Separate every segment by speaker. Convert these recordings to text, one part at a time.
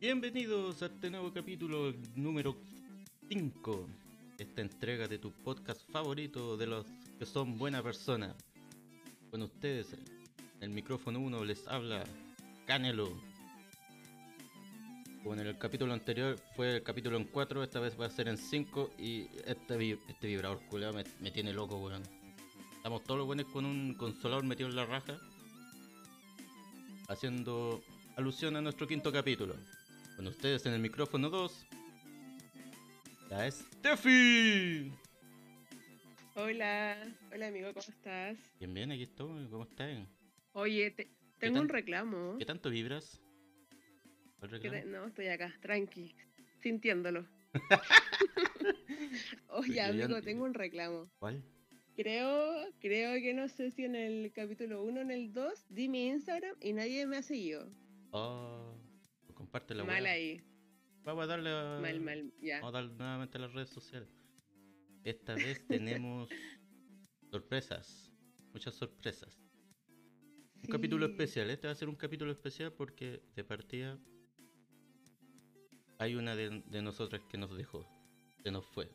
Speaker 1: Bienvenidos a este nuevo capítulo el número 5. Esta entrega de tu podcast favorito de los que son buena persona. Con ustedes, el micrófono 1 les habla Canelo. Como en el capítulo anterior fue el capítulo en 4, esta vez va a ser en 5 y este, vi- este vibrador culeado me, me tiene loco, weón. Estamos todos los buenos con un consolador metido en la raja, haciendo alusión a nuestro quinto capítulo. Con ustedes en el micrófono 2, la Steffi.
Speaker 2: Hola, hola amigo, ¿cómo estás?
Speaker 1: Bien, bien, aquí estoy, ¿cómo estás?
Speaker 2: Oye, te- tengo
Speaker 1: tan-
Speaker 2: un reclamo.
Speaker 1: ¿Qué tanto vibras? ¿Cuál
Speaker 2: ¿Qué te-
Speaker 1: reclamo?
Speaker 2: no, estoy acá, tranqui, sintiéndolo. Oye,
Speaker 1: Yo ya-
Speaker 2: amigo, tengo un reclamo.
Speaker 1: ¿Cuál?
Speaker 2: Creo, creo que no sé si en el capítulo 1 o en el 2 di mi Instagram y nadie me ha seguido.
Speaker 1: Oh, comparte la Ah,
Speaker 2: mal ahí,
Speaker 1: Vamos a darle a...
Speaker 2: mal, mal, ya.
Speaker 1: Vamos a dar nuevamente a las redes sociales. Esta vez tenemos sorpresas. Muchas sorpresas. Un capítulo
Speaker 2: Sí.
Speaker 1: especial. Este va a ser un capítulo especial porque de partida hay una de, de nosotras que nos dejó. Se nos fue.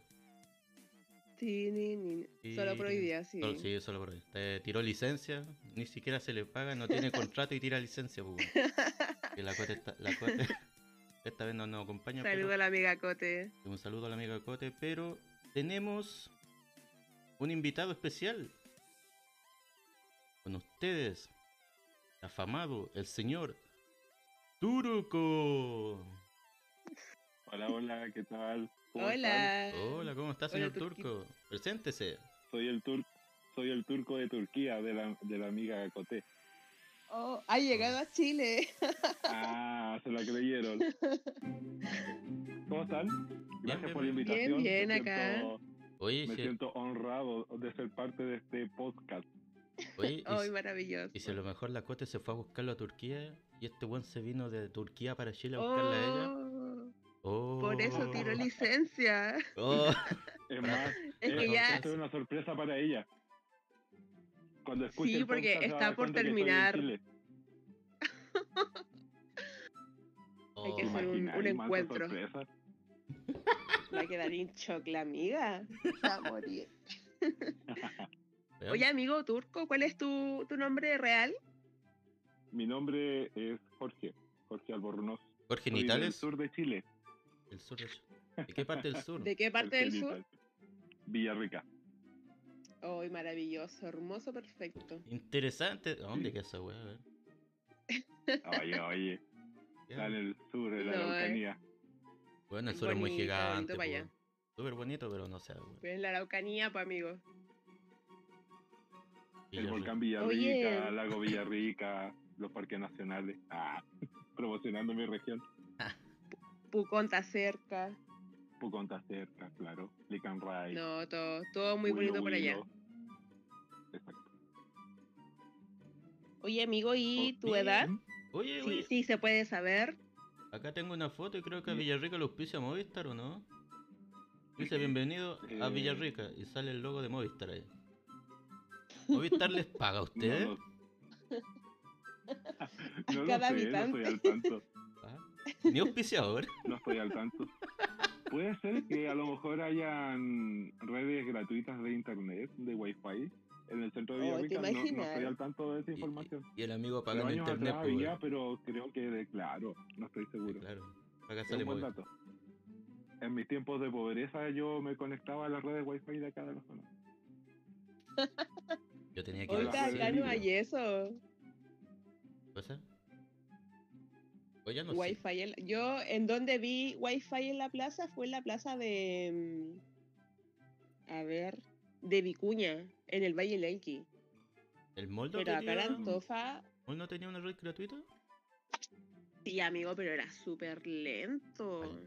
Speaker 2: Sí, ni, ni- solo por hoy
Speaker 1: Sí,
Speaker 2: día, sí.
Speaker 1: Solo, sí, solo por hoy. Te tiró licencia, ni siquiera se le paga, no tiene contrato y tira licencia. pues, weón. Que la cuate está- la cuate- esta vez no nos acompaña. pero-
Speaker 2: Saludo a la amiga Cote.
Speaker 1: Un saludo a la amiga Cote, pero tenemos un invitado especial. Con ustedes, el afamado, el señor Turco.
Speaker 3: Hola, hola, ¿qué tal? ¿Cómo están?
Speaker 2: Hola.
Speaker 1: Hola, ¿cómo está,
Speaker 2: Eh. Hola,
Speaker 1: señor
Speaker 2: Turquito.
Speaker 1: Turco? Preséntese.
Speaker 3: Soy el tur soy el turco de Turquía, de la, de la amiga Coté.
Speaker 2: Oh, ha llegado a Chile.
Speaker 3: Ah, se la creyeron. ¿Cómo están? Gracias
Speaker 1: bien,
Speaker 3: por la
Speaker 1: bien.
Speaker 2: Bien,
Speaker 3: invitación.
Speaker 2: bien,
Speaker 3: Me
Speaker 2: acá.
Speaker 3: siento-
Speaker 1: Oye,
Speaker 3: me
Speaker 1: se-
Speaker 3: siento honrado de ser parte de este podcast.
Speaker 1: oye, y,
Speaker 2: Hoy
Speaker 1: si-
Speaker 2: maravilloso.
Speaker 1: y si a lo mejor la Cote se fue a buscarlo a Turquía y este buen se vino de Turquía para Chile a buscarla a ella.
Speaker 2: Oh.
Speaker 1: Oh,
Speaker 2: Por eso tiró licencia.
Speaker 1: oh,
Speaker 3: Es más,
Speaker 2: Es
Speaker 3: eh,
Speaker 2: que ya.
Speaker 3: esto es una sorpresa para ella. Cuando escuche
Speaker 2: Sí,
Speaker 3: el
Speaker 2: porque
Speaker 3: podcast, se va a
Speaker 2: está
Speaker 3: dar
Speaker 2: por
Speaker 3: cuenta que estoy en
Speaker 2: terminar.
Speaker 3: Chile.
Speaker 2: Hay que
Speaker 1: oh.
Speaker 2: hacer un- un
Speaker 3: Imagináis, manso
Speaker 2: encuentro.
Speaker 3: sorpresa.
Speaker 2: Va a quedar hinchoc la amiga. Va a morir.
Speaker 1: Veamos.
Speaker 2: Oye, amigo turco, ¿cuál es tu, tu nombre real?
Speaker 3: Mi nombre es Jorge, Jorge Albornoz.
Speaker 1: Jorge
Speaker 3: Soy del
Speaker 1: Nitales.
Speaker 3: sur de Chile.
Speaker 1: El sur de Chile. ¿De qué parte del sur?
Speaker 2: ¿De qué parte del sur?
Speaker 3: Genital. Villarrica.
Speaker 2: Hoy maravilloso, hermoso, perfecto.
Speaker 1: Interesante. ¿A dónde queda esa weá? A ver.
Speaker 3: Oye, oye,
Speaker 1: Ya.
Speaker 3: está en el sur de la
Speaker 2: No, eh.
Speaker 3: Araucanía.
Speaker 1: Bueno, el sur es muy
Speaker 2: Bonito,
Speaker 1: gigante.
Speaker 2: bonito pa' allá.
Speaker 1: po. Súper bonito, pero no sé. weón.
Speaker 2: Pero en la Araucanía, pues, amigo.
Speaker 3: El
Speaker 1: Villarrica.
Speaker 3: volcán Villarrica,
Speaker 2: Oye.
Speaker 3: lago Villarrica, los parques nacionales. Ah, promocionando mi región.
Speaker 2: Puconta cerca.
Speaker 3: Puconta cerca, claro. Lican Ray.
Speaker 2: No, todo, todo muy bonito por allá.
Speaker 3: Exacto.
Speaker 2: Oye, amigo, ¿y tu
Speaker 1: Oye,
Speaker 2: edad?
Speaker 1: Oye,
Speaker 2: Sí,
Speaker 1: oye,
Speaker 2: sí, se puede saber.
Speaker 1: acá tengo una foto y creo que a
Speaker 3: Sí.
Speaker 1: Villarrica lo auspicia Movistar, ¿o no? Dice bienvenido a
Speaker 3: Eh.
Speaker 1: Villarrica y sale el logo de Movistar ahí. ¿Movistar les paga a ustedes?
Speaker 3: No, lo- no lo
Speaker 2: Cada
Speaker 3: sé, no estoy
Speaker 2: habitante.
Speaker 3: al tanto.
Speaker 1: Ah, ¿Ni auspiciador?
Speaker 3: No estoy al tanto. Puede ser que a lo mejor hayan redes gratuitas de internet, de wifi, en el centro de
Speaker 2: Oh, ¿te
Speaker 3: Villarrica. No- no,
Speaker 2: imaginas?
Speaker 3: estoy al tanto de esa
Speaker 1: Y-
Speaker 3: información.
Speaker 1: Y, el amigo
Speaker 3: Pero
Speaker 1: pagando
Speaker 3: años
Speaker 1: internet,
Speaker 3: atrás
Speaker 1: po,
Speaker 3: había,
Speaker 1: weón.
Speaker 3: pero creo que de claro, no estoy
Speaker 1: Sí,
Speaker 3: seguro.
Speaker 1: Claro. Acá
Speaker 3: es
Speaker 1: sale
Speaker 3: un buen
Speaker 1: Movistar.
Speaker 3: dato. En mis tiempos de pobreza yo me conectaba a las redes wifi de acá de la zona.
Speaker 1: Yo tenía que
Speaker 3: Hola,
Speaker 1: ir a
Speaker 2: Oiga,
Speaker 3: hablar
Speaker 2: acá
Speaker 3: del
Speaker 2: no
Speaker 3: libro.
Speaker 2: hay eso.
Speaker 1: ¿Cosa? Oye, ya no sé.
Speaker 2: Wi-Fi. en la- Yo en donde vi Wi-Fi en la plaza fue en la plaza de. mm, A ver. De Vicuña, en el Valle Lenqui.
Speaker 1: ¿El mall no
Speaker 2: Pero acá en
Speaker 1: tenía,
Speaker 2: Antofa.
Speaker 1: mall no tenía una red gratuita?
Speaker 2: Sí, amigo, pero era súper lento.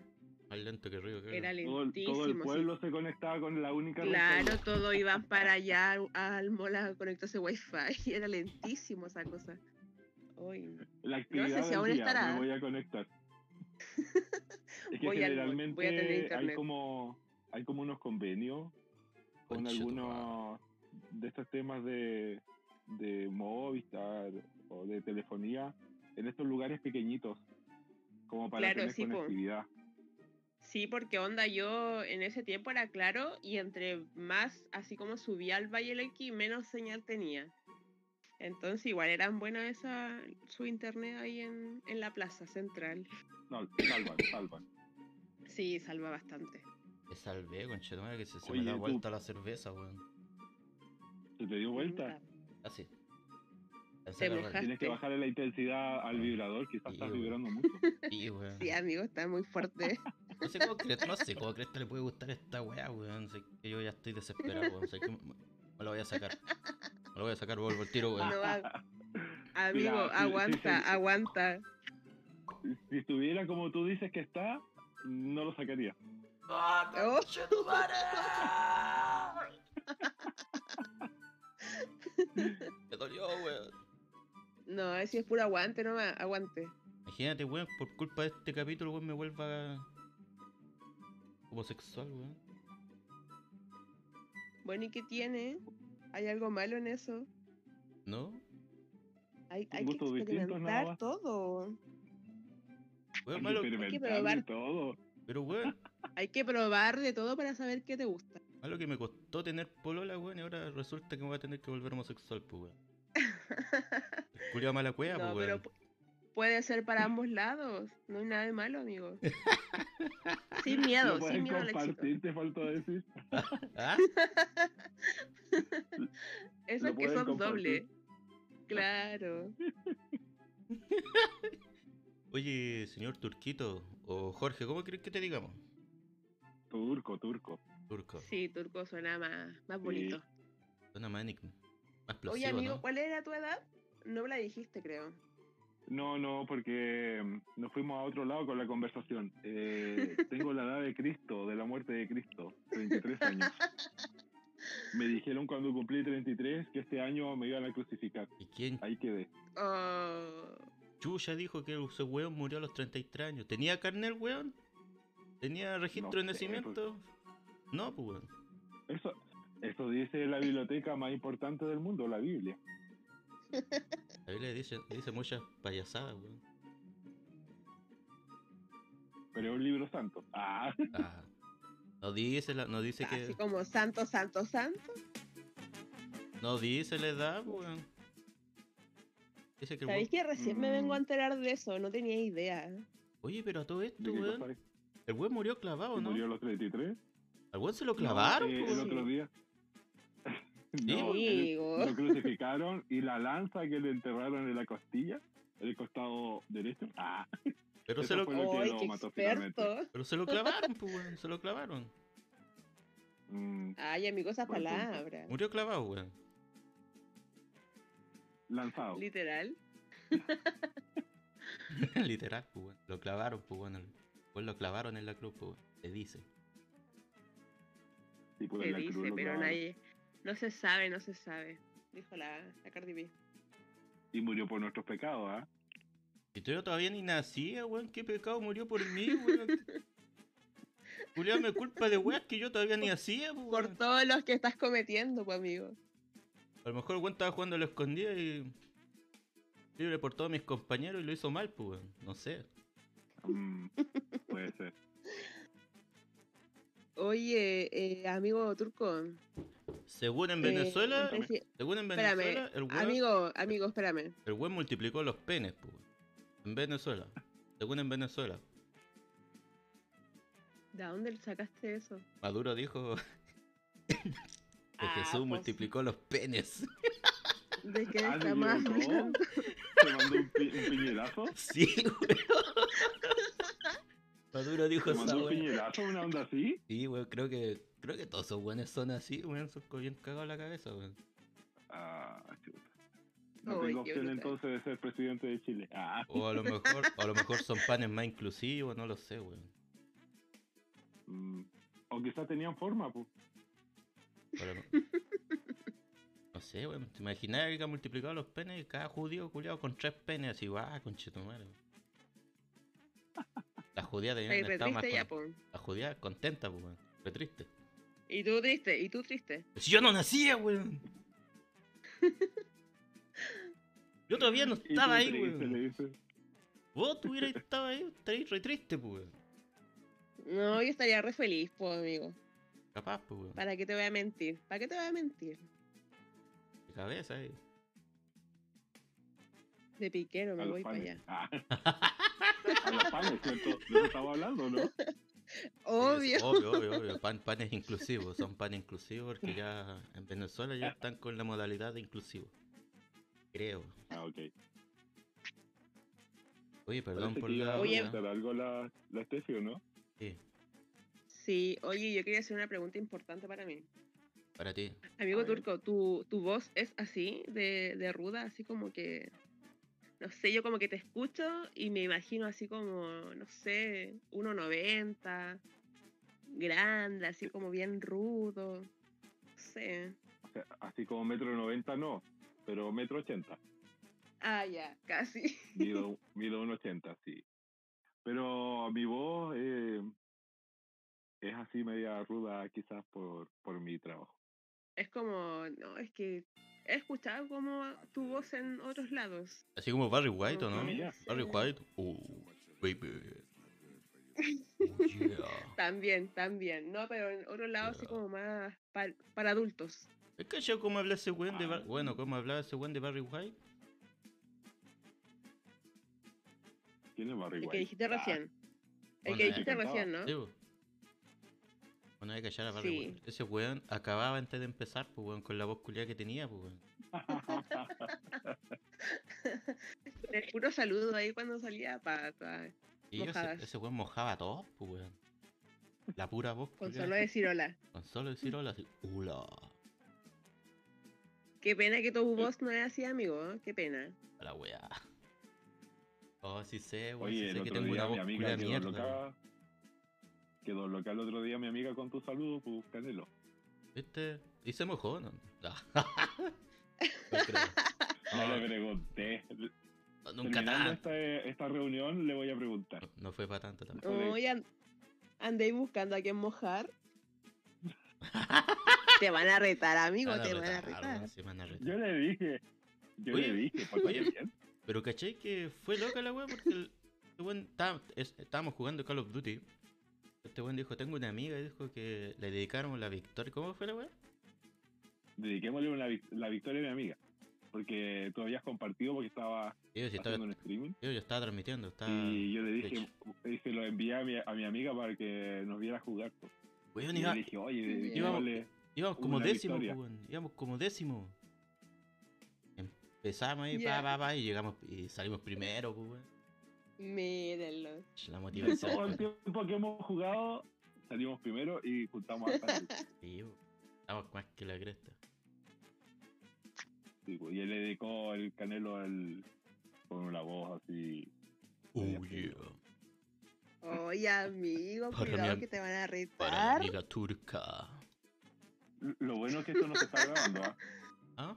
Speaker 1: Más lento que Río, claro.
Speaker 2: Era
Speaker 3: Todo el,
Speaker 2: lentísimo.
Speaker 3: todo el
Speaker 2: sí.
Speaker 3: pueblo se conectaba con la única red que
Speaker 2: Claro,
Speaker 3: había.
Speaker 2: todo iban para allá al- al mola a conectarse Wi-Fi. Era lentísimo esa cosa. Ay, no.
Speaker 3: La actividad
Speaker 2: si
Speaker 3: del
Speaker 2: aún
Speaker 3: día,
Speaker 2: estará.
Speaker 3: me voy a conectar. es que
Speaker 2: Voy al mall,
Speaker 3: generalmente
Speaker 2: voy a tener
Speaker 3: hay
Speaker 2: internet.
Speaker 3: como hay como unos convenios con
Speaker 1: Concha tu
Speaker 3: algunos de estos temas de, de Movistar o de telefonía en estos lugares pequeñitos como para
Speaker 2: Claro,
Speaker 3: tener
Speaker 2: sí, po.
Speaker 3: conectividad.
Speaker 2: Sí, porque onda, yo en ese tiempo era claro y entre más, así como subía al Valle del Elqui, menos señal tenía. Entonces igual eran buenas esa, su internet ahí en, en la plaza central.
Speaker 3: No, salvan, salvan.
Speaker 2: Sí, salva bastante.
Speaker 1: Me salvé, conchetumare, que se, se me
Speaker 3: Oye,
Speaker 1: da
Speaker 3: tú.
Speaker 1: vuelta la cerveza, weón. Ah,
Speaker 3: Se te dio vuelta.
Speaker 1: Así.
Speaker 2: Te
Speaker 1: Cansé la
Speaker 2: mojaste.
Speaker 1: raja.
Speaker 3: Tienes que bajarle la intensidad al vibrador,
Speaker 1: Sí,
Speaker 3: quizás estás
Speaker 1: weón.
Speaker 3: vibrando mucho.
Speaker 1: Sí, weón.
Speaker 2: Sí, amigo, está muy fuerte.
Speaker 1: No sé cómo Cresta, no sé cómo Cresta le puede gustar esta weá, weón. Sé que yo ya estoy desesperado, weón. Sé que me, me lo voy a sacar. Me lo voy a sacar, vuelvo el tiro, weón.
Speaker 2: No va- Amigo,
Speaker 3: Mira, sí, sí,
Speaker 2: aguanta,
Speaker 3: sí.
Speaker 2: aguanta.
Speaker 3: Si estuviera como tú dices que está, no lo sacaría.
Speaker 2: Oh.
Speaker 1: Me dolió, weón.
Speaker 2: No, si es puro aguante nomás, aguante.
Speaker 1: Imagínate, weón, por culpa de este capítulo, weón, me vuelva homosexual, weón.
Speaker 2: Bueno, ¿y qué tiene? ¿Hay algo malo en eso?
Speaker 1: ¿No?
Speaker 2: Hay, hay que
Speaker 3: Gustos distintos, nada
Speaker 2: experimentar
Speaker 3: más.
Speaker 2: todo.
Speaker 1: Weón,
Speaker 3: Hay
Speaker 1: malo.
Speaker 3: que
Speaker 2: probar.
Speaker 3: experimentar de todo.
Speaker 1: Pero, weón,
Speaker 2: Hay que probar de todo para saber qué te gusta.
Speaker 1: malo que me costó tener polola, weón, y ahora resulta que me voy a tener que volver homosexual, pues, weón. Culiado mala cueva,
Speaker 2: no,
Speaker 1: pues,
Speaker 2: pero
Speaker 1: weón.
Speaker 2: pu- puede ser para ambos lados. No hay nada de malo, amigo. sin
Speaker 3: No
Speaker 2: miedo, sin
Speaker 3: puedes
Speaker 2: miedo al éxito.
Speaker 3: compartir, te faltó decir.
Speaker 1: ¿Ah?
Speaker 2: Esos
Speaker 3: lo
Speaker 2: que
Speaker 3: pueden
Speaker 2: son
Speaker 3: compartir.
Speaker 2: doble. Claro.
Speaker 1: Oye, señor Turquito, o Jorge, ¿cómo crees que te digamos?
Speaker 3: Turco, turco.
Speaker 1: Turco.
Speaker 2: Sí, turco suena más, más
Speaker 3: Sí.
Speaker 2: bonito.
Speaker 1: Suena más enigma. Más explosivo,
Speaker 2: Oye, amigo,
Speaker 1: ¿no?
Speaker 2: ¿cuál era tu edad? No me la dijiste, creo.
Speaker 3: No, no, porque mm, nos fuimos a otro lado con la conversación. Eh, tengo la edad de Cristo, de la muerte de Cristo, 33 años. Me dijeron cuando cumplí 33 que este año me iban a crucificar.
Speaker 1: ¿Y quién
Speaker 3: Ahí quedé.
Speaker 2: Oh,
Speaker 1: chucha dijo que ese weón murió a los 33 años? ¿Tenía carne el weón? ¿Tenía registro de
Speaker 3: No sé, pues.
Speaker 1: nacimiento? No, pues weón.
Speaker 3: Eso, eso dice la biblioteca más importante del mundo, la Biblia.
Speaker 1: La Biblia dice, dice muchas payasadas, weón.
Speaker 3: Pero es un libro santo. Ah,
Speaker 1: Ah. No dice, la, no dice
Speaker 2: así
Speaker 1: que.
Speaker 2: como santo, santo, santo.
Speaker 1: No dice la edad, pues, weón. Dice que el
Speaker 2: ¿Sabéis
Speaker 1: weón.
Speaker 2: que recién me vengo a
Speaker 3: Mm.
Speaker 2: enterar de eso? No tenía idea.
Speaker 1: Oye, pero a todo
Speaker 3: ¿de
Speaker 1: esto,
Speaker 3: qué
Speaker 1: weón.
Speaker 3: cosa es?
Speaker 1: El weón murió clavado,
Speaker 3: ¿Que
Speaker 1: ¿no?
Speaker 3: murió a los 33?
Speaker 1: Al weón se lo clavaron,
Speaker 3: No, eh,
Speaker 1: pues,
Speaker 3: el
Speaker 1: weón.
Speaker 3: otro día. No, él-
Speaker 2: Amigo.
Speaker 3: lo crucificaron y la lanza que le enterraron en la costilla, en el costado derecho. Ah,
Speaker 1: Pero se
Speaker 3: eso
Speaker 1: lo
Speaker 3: fue lo que
Speaker 2: ¡Ay,
Speaker 3: lo
Speaker 2: qué
Speaker 3: mató
Speaker 2: experto!
Speaker 1: Pero se lo clavaron, pues, weón. Se lo clavaron.
Speaker 3: mm,
Speaker 2: Ay, amigo, esas
Speaker 3: Buen punto.
Speaker 2: palabras.
Speaker 1: Murió clavado, weón.
Speaker 3: lanzado.
Speaker 2: Literal.
Speaker 1: Literal, pues, weón. Lo clavaron, pues, weón. al- Pues lo clavaron en la cruz, pues, weón. Se dice.
Speaker 3: Sí, pues,
Speaker 2: Se
Speaker 3: en la cruz
Speaker 2: dice,
Speaker 3: lo
Speaker 2: pero
Speaker 3: clavaron.
Speaker 2: nadie. No se sabe, no se sabe. Dijo la, la Cardi B.
Speaker 3: Y murió por nuestros pecados, ¿ah?
Speaker 1: Y yo todavía ni nacía, weón. Qué pecado murió por mí, weón. Julián me culpa de weón que yo todavía ni hacía, pues,
Speaker 2: Por
Speaker 1: weón.
Speaker 2: todos los que estás cometiendo, pues, amigo.
Speaker 1: A lo mejor el weón estaba jugando a la escondida y. Libre por todos mis compañeros y lo hizo mal, pues, weón. No sé.
Speaker 3: Mm, puede ser.
Speaker 2: Oye, eh, amigo turco.
Speaker 1: Según en
Speaker 2: eh,
Speaker 1: Venezuela.
Speaker 2: presi-
Speaker 1: según en
Speaker 2: espérame,
Speaker 1: Venezuela, el weón.
Speaker 2: amigo, amigo, espérame.
Speaker 1: El weón multiplicó los penes, pues. En Venezuela. Según en Venezuela.
Speaker 2: ¿De dónde sacaste eso?
Speaker 1: Maduro dijo que
Speaker 2: Ah,
Speaker 1: Jesús
Speaker 2: pues,
Speaker 1: multiplicó los penes.
Speaker 2: ¿De qué
Speaker 3: Ah, se
Speaker 2: está más?
Speaker 3: equivocó. Se mandó un, pi- un piñerazo.
Speaker 1: Sí, weón. Maduro dijo
Speaker 3: Se
Speaker 1: esa
Speaker 3: mandó un
Speaker 1: weón.
Speaker 3: piñerazo, una onda así.
Speaker 1: Sí, weón, creo que, creo que todos esos weones son así, weón. Son como bien cagados en la cabeza, weón.
Speaker 3: Ah, chuta. No
Speaker 2: Ay,
Speaker 3: tengo
Speaker 2: qué
Speaker 3: opción
Speaker 2: brutal.
Speaker 3: entonces de ser presidente de Chile. Ah,
Speaker 1: O a lo mejor, o a lo mejor son panes más inclusivos, no lo sé, weón.
Speaker 3: mm, o quizás tenían forma, pues.
Speaker 1: O a lo- No sé, weón. ¿Te imaginas que ha multiplicado los penes y cada judío culiado con tres penes así, va, conchetumare, weón. Las judías
Speaker 2: Ay,
Speaker 1: tenían
Speaker 2: re
Speaker 1: estado más
Speaker 2: triste ya,
Speaker 1: con...
Speaker 2: po.
Speaker 1: Las judías contentas, pues, weón. Fue triste.
Speaker 2: Y tú triste, y tú triste.
Speaker 1: Si Pues yo no nacía, weón. Yo todavía no
Speaker 3: Y tú
Speaker 1: estaba ahí,
Speaker 3: triste, le
Speaker 1: weón.
Speaker 3: dice.
Speaker 1: Vos tuvierais estado ahí, estaréis re triste, pues. weón.
Speaker 2: No, yo estaría re feliz, pues, amigo.
Speaker 1: Capaz, pues, weón.
Speaker 2: ¿Para qué te voy a mentir? ¿Para qué te voy a mentir?
Speaker 1: De cabeza, eh.
Speaker 2: De piquero,
Speaker 3: A
Speaker 2: me
Speaker 3: los
Speaker 2: voy para
Speaker 3: panes.
Speaker 2: allá.
Speaker 3: Ah. A los panes, ¿cierto? ¿De eso estaba hablando, no?
Speaker 2: Obvio.
Speaker 1: Es- obvio, obvio, obvio. Pan, panes inclusivos, son pan inclusivos porque ya en Venezuela ya están con la modalidad de inclusivo. Creo.
Speaker 3: Ah, ok.
Speaker 1: Oye, perdón
Speaker 3: Parece
Speaker 1: por
Speaker 3: que iba
Speaker 1: la.
Speaker 3: a
Speaker 2: Oye.
Speaker 3: preguntar algo la, la Steffi, ¿o no?
Speaker 1: Sí,
Speaker 2: Sí, oye, yo quería hacer una pregunta importante para mí.
Speaker 1: para ti.
Speaker 2: Amigo
Speaker 3: A ver.
Speaker 2: turco, ¿tu, tu voz es así, de, de ruda, así como que. No sé, yo como que te escucho y me imagino así como, no sé, 1,90, grande, así como bien rudo. No sé.
Speaker 3: O sea, así como metro noventa no, pero metro ochenta.
Speaker 2: Ah, ya, casi.
Speaker 3: Mido, mido un ochenta, sí. Pero mi voz eh, es así media ruda quizás por, por mi trabajo.
Speaker 2: Es como, no, es que he escuchado como tu voz en otros lados.
Speaker 1: Así como Barry White, ¿o
Speaker 2: Como
Speaker 1: no?
Speaker 2: que
Speaker 3: Ya.
Speaker 1: Barry
Speaker 2: sé.
Speaker 1: White. Oh, baby. Oh, yeah.
Speaker 2: También, también. No, pero en otro lado así
Speaker 1: Ya.
Speaker 2: como más pa- para adultos.
Speaker 1: ¿Es que yo cómo habla ese weón de
Speaker 2: Ah.
Speaker 1: Bar- Bueno, ¿cómo hablaba ese weón de Barry White?
Speaker 3: ¿Quién es Barry
Speaker 2: El que
Speaker 3: White?
Speaker 2: dijiste
Speaker 3: Ah,
Speaker 2: recién. El
Speaker 1: Bueno,
Speaker 2: que
Speaker 1: ya
Speaker 2: dijiste
Speaker 3: cantaba.
Speaker 2: recién, ¿no?
Speaker 1: Sí, po. Bueno, hay que callar a Barry
Speaker 2: ¿Ah? Sí.
Speaker 1: White. Ese weón acababa antes de empezar, pues weón, con la voz culiada que tenía, pues weón.
Speaker 2: El puro saludo ahí cuando salía para
Speaker 1: Y ese,
Speaker 2: Mojadas.
Speaker 1: ese weón mojaba todo, pues weón. La pura voz
Speaker 2: con
Speaker 1: culiá.
Speaker 2: solo decir hola.
Speaker 1: Con solo decir hola, así, hola.
Speaker 2: Qué pena que tu voz no es así, amigo. ¿eh? Qué pena.
Speaker 1: A la weá. Oh, sí sé, weón.
Speaker 3: Oye,
Speaker 1: sí
Speaker 3: el
Speaker 1: sé que
Speaker 3: otro
Speaker 1: tengo una
Speaker 3: día mi
Speaker 1: voz culiada
Speaker 3: amiga quedó
Speaker 1: mierda. weón.
Speaker 3: loca. Quedó loca el otro día mi amiga con tu saludo, pues Canelo.
Speaker 1: ¿Viste? Y se mojó, ¿no? No, No creo.
Speaker 3: No
Speaker 1: No,
Speaker 3: le pregunté.
Speaker 1: no, Ah. nunca
Speaker 3: Terminando
Speaker 1: tanto.
Speaker 3: esta, esta reunión le voy a preguntar.
Speaker 1: No, no fue para tanto tampoco.
Speaker 3: Joder.
Speaker 2: Hoy and- andéis buscando a quién mojar. te van a retar, amigo.
Speaker 1: Van a
Speaker 2: te van a
Speaker 1: retar,
Speaker 2: retar.
Speaker 1: weón, sí, van a retar.
Speaker 3: Yo le dije, yo
Speaker 1: Oye,
Speaker 3: le dije, pásate
Speaker 1: oye.
Speaker 3: bien.
Speaker 1: Pero caché que fue loca la weá porque el, este weón estaba- es- estábamos jugando Call of Duty. Este weón dijo, tengo una amiga y dijo que le dedicaron la victoria. ¿Cómo fue la weá?
Speaker 3: Dediquémosle una vic- la victoria a mi amiga. Porque tú habías compartido porque estaba
Speaker 1: Yo, si estaba,
Speaker 3: haciendo un streaming.
Speaker 1: yo, yo estaba transmitiendo, estaba...
Speaker 3: Y yo le dije,
Speaker 1: hecho.
Speaker 3: dije, lo envié a mi, a mi amiga para que nos viera jugar. pues.
Speaker 1: Weón,
Speaker 3: Y
Speaker 1: iba-
Speaker 3: le dije, oye,
Speaker 2: Iba-
Speaker 3: dediquémosle.
Speaker 1: íbamos como
Speaker 3: una
Speaker 1: décimo,
Speaker 3: victoria.
Speaker 1: po, weón, íbamos como décimo. Empezamos ahí, pa,
Speaker 2: Ya.
Speaker 1: pa, pa, y llegamos y salimos primero, po, weón.
Speaker 2: Mírenlo.
Speaker 1: Ch, La motivación.
Speaker 3: Todo el
Speaker 1: weón.
Speaker 3: tiempo que hemos jugado, salimos primero y juntamos a
Speaker 1: Sí, weón. Estamos más que la cresta.
Speaker 3: pues, Y él le dedicó el canelo al, con una voz así.
Speaker 1: Oh, yeah.
Speaker 2: Oye, amigo,
Speaker 1: Para mi
Speaker 2: cuidado
Speaker 1: am-
Speaker 2: que te van a
Speaker 1: Para la
Speaker 2: retar.
Speaker 1: amiga turca.
Speaker 3: Lo bueno es que esto no se está grabando.
Speaker 1: ¿Ah?
Speaker 3: ¿ah?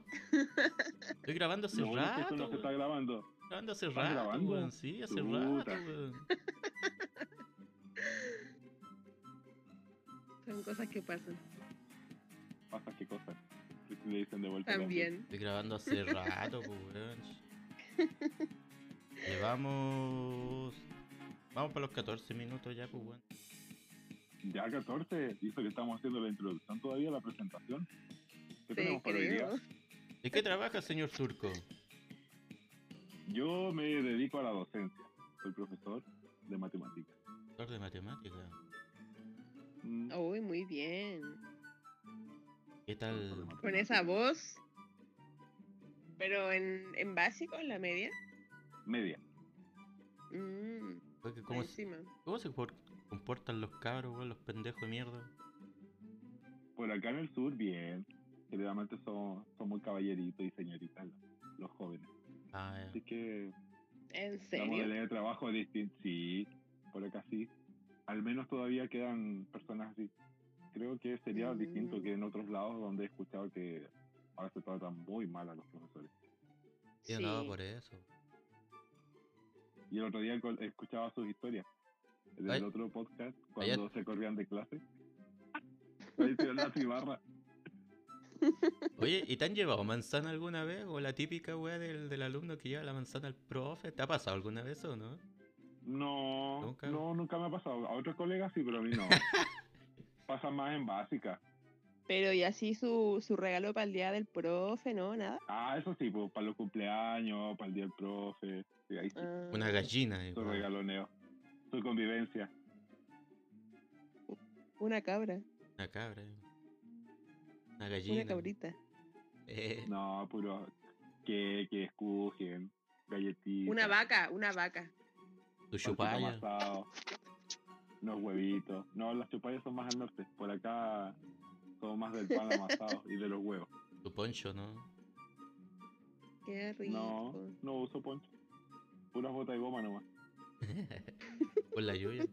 Speaker 1: Estoy grabando hace
Speaker 3: Lo bueno es que
Speaker 1: rato.
Speaker 3: esto no se
Speaker 1: weón.
Speaker 3: está grabando.
Speaker 1: grabando hace
Speaker 3: ¿Estás
Speaker 1: rato,
Speaker 3: grabando?
Speaker 1: weón. Sí, hace
Speaker 3: Puta.
Speaker 1: rato, weón.
Speaker 2: Son cosas que pasan.
Speaker 3: pasa qué cosas. Le dicen de vuelta.
Speaker 2: También.
Speaker 1: Estoy grabando hace rato, po, weón. Llevamos. Vamos para los 14 minutos ya, pues, weón.
Speaker 3: Ya 14, hizo que estamos haciendo la introducción todavía, la presentación. ¿Qué
Speaker 2: Te
Speaker 3: tenemos para hoy día?
Speaker 2: creo.
Speaker 1: ¿De qué trabaja, señor Turco?
Speaker 3: Yo me dedico a la docencia. Soy profesor de matemáticas.
Speaker 1: Profesor de matemática.
Speaker 3: Mm,
Speaker 2: Uy, muy bien.
Speaker 1: ¿Qué
Speaker 3: profesor de
Speaker 1: tal?
Speaker 2: Con
Speaker 3: matemáticas.
Speaker 2: esa voz. Pero en, en básico, en la media.
Speaker 3: Media.
Speaker 2: Mm,
Speaker 1: Oye, ¿Cómo, se-
Speaker 2: encima.
Speaker 1: cómo se por- comportan los cabros, weón, los pendejos de mierda?
Speaker 3: Por acá en el sur, bien. Generalmente son, son muy caballeritos y señoritas los, los jóvenes.
Speaker 1: Ah,
Speaker 3: Así
Speaker 1: ya.
Speaker 3: que
Speaker 2: ¿En
Speaker 3: la
Speaker 2: serio?
Speaker 3: modalidad de trabajo es distinta. Sí, por acá sí. Al menos todavía quedan personas así. Creo que sería
Speaker 2: Mm.
Speaker 3: distinto que en otros lados donde he escuchado que ahora se tratan muy mal a los profesores.
Speaker 1: Yo no, por eso.
Speaker 3: Y el otro día col- escuchaba sus historias en
Speaker 1: Ay.
Speaker 3: el otro podcast
Speaker 1: Ayer.
Speaker 3: cuando se corrían de clase. Ahí se ven las cibarras.
Speaker 1: Oye, ¿y te han llevado manzana alguna vez? ¿O la típica weá del, del alumno que lleva la manzana al profe? ¿Te ha pasado alguna vez o no?
Speaker 3: No,
Speaker 1: Nunca.
Speaker 3: no, nunca me ha pasado. A otros colegas sí, pero a mí no. Pasa más en básica.
Speaker 2: Pero y así su, su regalo para el día del profe, ¿no? Nada.
Speaker 3: Ah, eso sí, pues, para los cumpleaños, para el día del profe. Sí, ahí sí,
Speaker 2: Ah,
Speaker 1: Una gallina. eh,
Speaker 3: su
Speaker 1: igual.
Speaker 3: regaloneo. Su convivencia.
Speaker 2: Una cabra,
Speaker 1: Una cabra. eh. Una
Speaker 2: una
Speaker 1: gallina.
Speaker 2: cabrita.
Speaker 1: Eh,
Speaker 3: No, puro que, que escuchen, galletitas.
Speaker 2: Una vaca, una vaca.
Speaker 1: tu
Speaker 3: pancito
Speaker 1: chupalla.
Speaker 3: amasado, Unos huevitos. No, las chupallas son más al norte. Por acá son más del pan amasado y de los huevos.
Speaker 1: Tu poncho, ¿no?
Speaker 2: Qué rico.
Speaker 3: No, no uso poncho. Puras botas de goma nomás.
Speaker 1: Con la lluvia.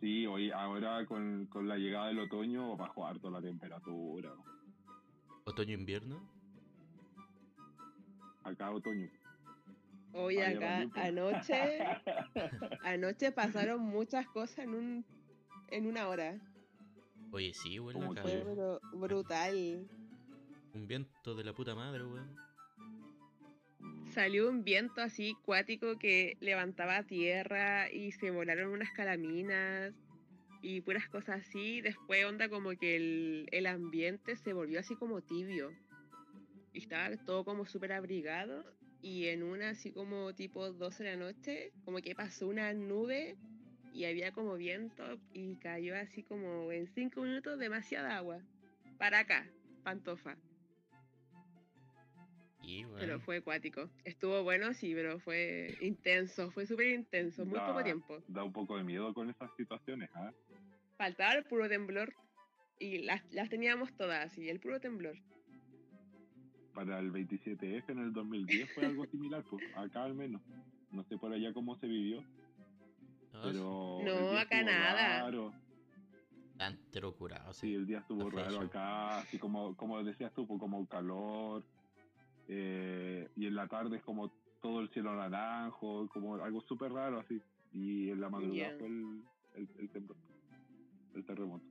Speaker 3: Sí, hoy, ahora con, con la llegada del otoño bajó harto la temperatura.
Speaker 1: Otoño-invierno.
Speaker 3: Acá otoño.
Speaker 2: Hoy
Speaker 3: Vaya,
Speaker 2: acá
Speaker 3: también, pues.
Speaker 2: anoche, anoche pasaron muchas cosas en un en una hora.
Speaker 1: Oye, sí, weón.
Speaker 3: Como
Speaker 1: acá,
Speaker 2: Fue
Speaker 3: que-
Speaker 1: weón.
Speaker 2: bru- brutal.
Speaker 1: Un viento de la puta madre, weón.
Speaker 2: Salió un viento así cuático que levantaba tierra y se volaron unas calaminas y puras cosas así. Después onda como que el, el ambiente se volvió así como tibio. Y estaba todo como súper abrigado y en una así como tipo 12 de la noche como que pasó una nube y había como viento y cayó así como en 5 minutos demasiada agua. Para acá, pantofa.
Speaker 1: Y, weón.
Speaker 2: Pero fue acuático. Estuvo bueno, sí, pero fue intenso, fue súper intenso, muy poco
Speaker 3: Da-
Speaker 2: tiempo.
Speaker 3: Da un poco de miedo con esas situaciones, ¿ah?
Speaker 2: Faltaba el puro temblor y las, las teníamos todas, y el puro temblor.
Speaker 3: Para el 27F en el 2010 fue algo similar, pues acá al menos. No sé por allá cómo se vivió,
Speaker 1: No,
Speaker 3: pero... el
Speaker 2: No,
Speaker 3: día
Speaker 2: acá
Speaker 3: estuvo
Speaker 2: nada.
Speaker 3: raro.
Speaker 1: Tan pero curado,
Speaker 3: Sí,
Speaker 1: sí.
Speaker 3: el día estuvo
Speaker 1: No fue
Speaker 3: raro
Speaker 1: eso.
Speaker 3: acá, así como, como decías tú, pues, como calor, eh, y en la tarde es como todo el cielo naranjo, como algo súper raro así, y en la madrugada
Speaker 2: Ya.
Speaker 3: fue el, el, el temblor, el terremoto.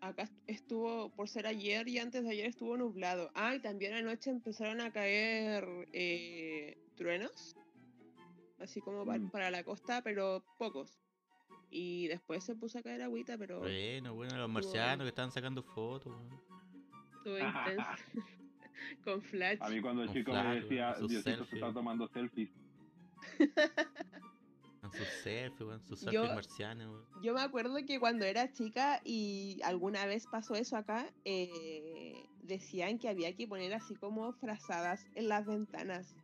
Speaker 2: Acá est- estuvo, por ser ayer y antes de ayer estuvo nublado. Ah, y también anoche empezaron a caer eh, truenos, así como pa-
Speaker 3: Mm.
Speaker 2: para la costa, pero pocos. Y después se puso a caer agüita, pero
Speaker 1: Bueno, bueno, los marcianos que estaban sacando fotos, weón.
Speaker 2: estuvo intenso. Con flash.
Speaker 3: A mí cuando el
Speaker 1: Con
Speaker 3: chico
Speaker 1: flaco,
Speaker 3: me decía,
Speaker 1: con sus
Speaker 3: Diosito
Speaker 1: selfies".
Speaker 3: se está tomando selfies,
Speaker 1: Con sus selfies, weón. Sus
Speaker 2: Yo-
Speaker 1: selfies marcianos, weón.
Speaker 2: Yo me acuerdo que cuando era chica y alguna vez pasó eso acá, eh, decían que había que poner así como frazadas en las ventanas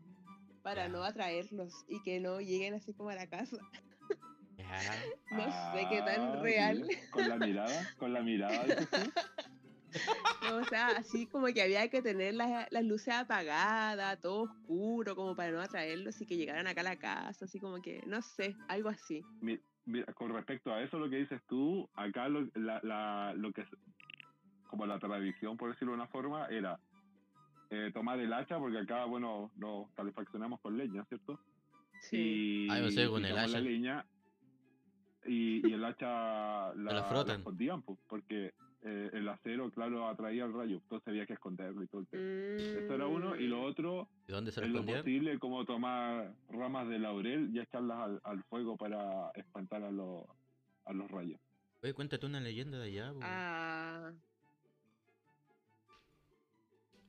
Speaker 2: para
Speaker 1: Ya.
Speaker 2: no atraerlos y que no lleguen así como a la casa.
Speaker 1: Ya.
Speaker 2: No sé qué
Speaker 3: Ah,
Speaker 2: tan real.
Speaker 3: mira, Con la mirada, con la mirada. dices tú.
Speaker 2: No, o sea, así como que había que tener las, las luces apagadas, todo oscuro, como para no atraerlos y que llegaran acá a la casa, así como que, no sé, algo así.
Speaker 3: Mi- mira, con respecto a eso, lo que dices tú, acá lo, la, la- lo que es como la tradición, por decirlo de una forma, era eh, tomar el hacha, porque acá, bueno, nos calefaccionamos con leña, ¿cierto?
Speaker 2: Sí.
Speaker 3: Y,
Speaker 1: Ah, yo sé, con
Speaker 3: y
Speaker 1: el
Speaker 3: tomar la
Speaker 1: hacha.
Speaker 3: leña y, y el hacha la,
Speaker 1: la frotan.
Speaker 3: escondían, pues, porque eh, el acero, claro, atraía el rayo, entonces había que esconderlo y todo el tema.
Speaker 2: Mm.
Speaker 3: Eso era uno, y lo otro
Speaker 1: ¿De dónde se lo
Speaker 3: en lo
Speaker 1: escondieron?
Speaker 3: posible como tomar ramas de laurel y echarlas al, al fuego para espantar a los a los rayos.
Speaker 1: Oye, cuéntate una leyenda de allá, weón.
Speaker 2: Ah,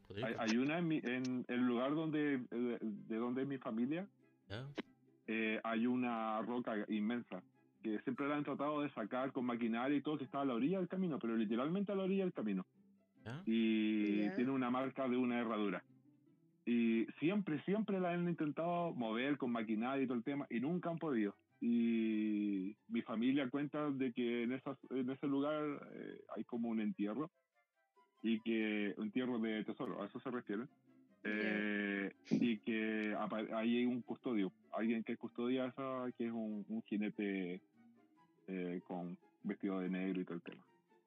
Speaker 1: Podría-
Speaker 3: Hay, hay una en, mi- en el lugar donde de, de donde es mi familia,
Speaker 1: ya.
Speaker 3: eh, hay una roca inmensa que siempre la han tratado de sacar con maquinaria y todo que estaba a la orilla del camino, pero literalmente a la orilla del camino.
Speaker 1: ¿Ya?
Speaker 3: y
Speaker 2: Ya.
Speaker 3: tiene una marca de una herradura. Y siempre, siempre la han intentado mover con maquinaria y todo el tema y nunca han podido. Y mi familia cuenta de que en, esas, en ese lugar eh, hay como un entierro y que un entierro de tesoro, a eso se refiere. Eh, y que apa- ahí hay un custodio, alguien que custodia esa, que es un, un jinete eh, con vestido de negro y todo el tema.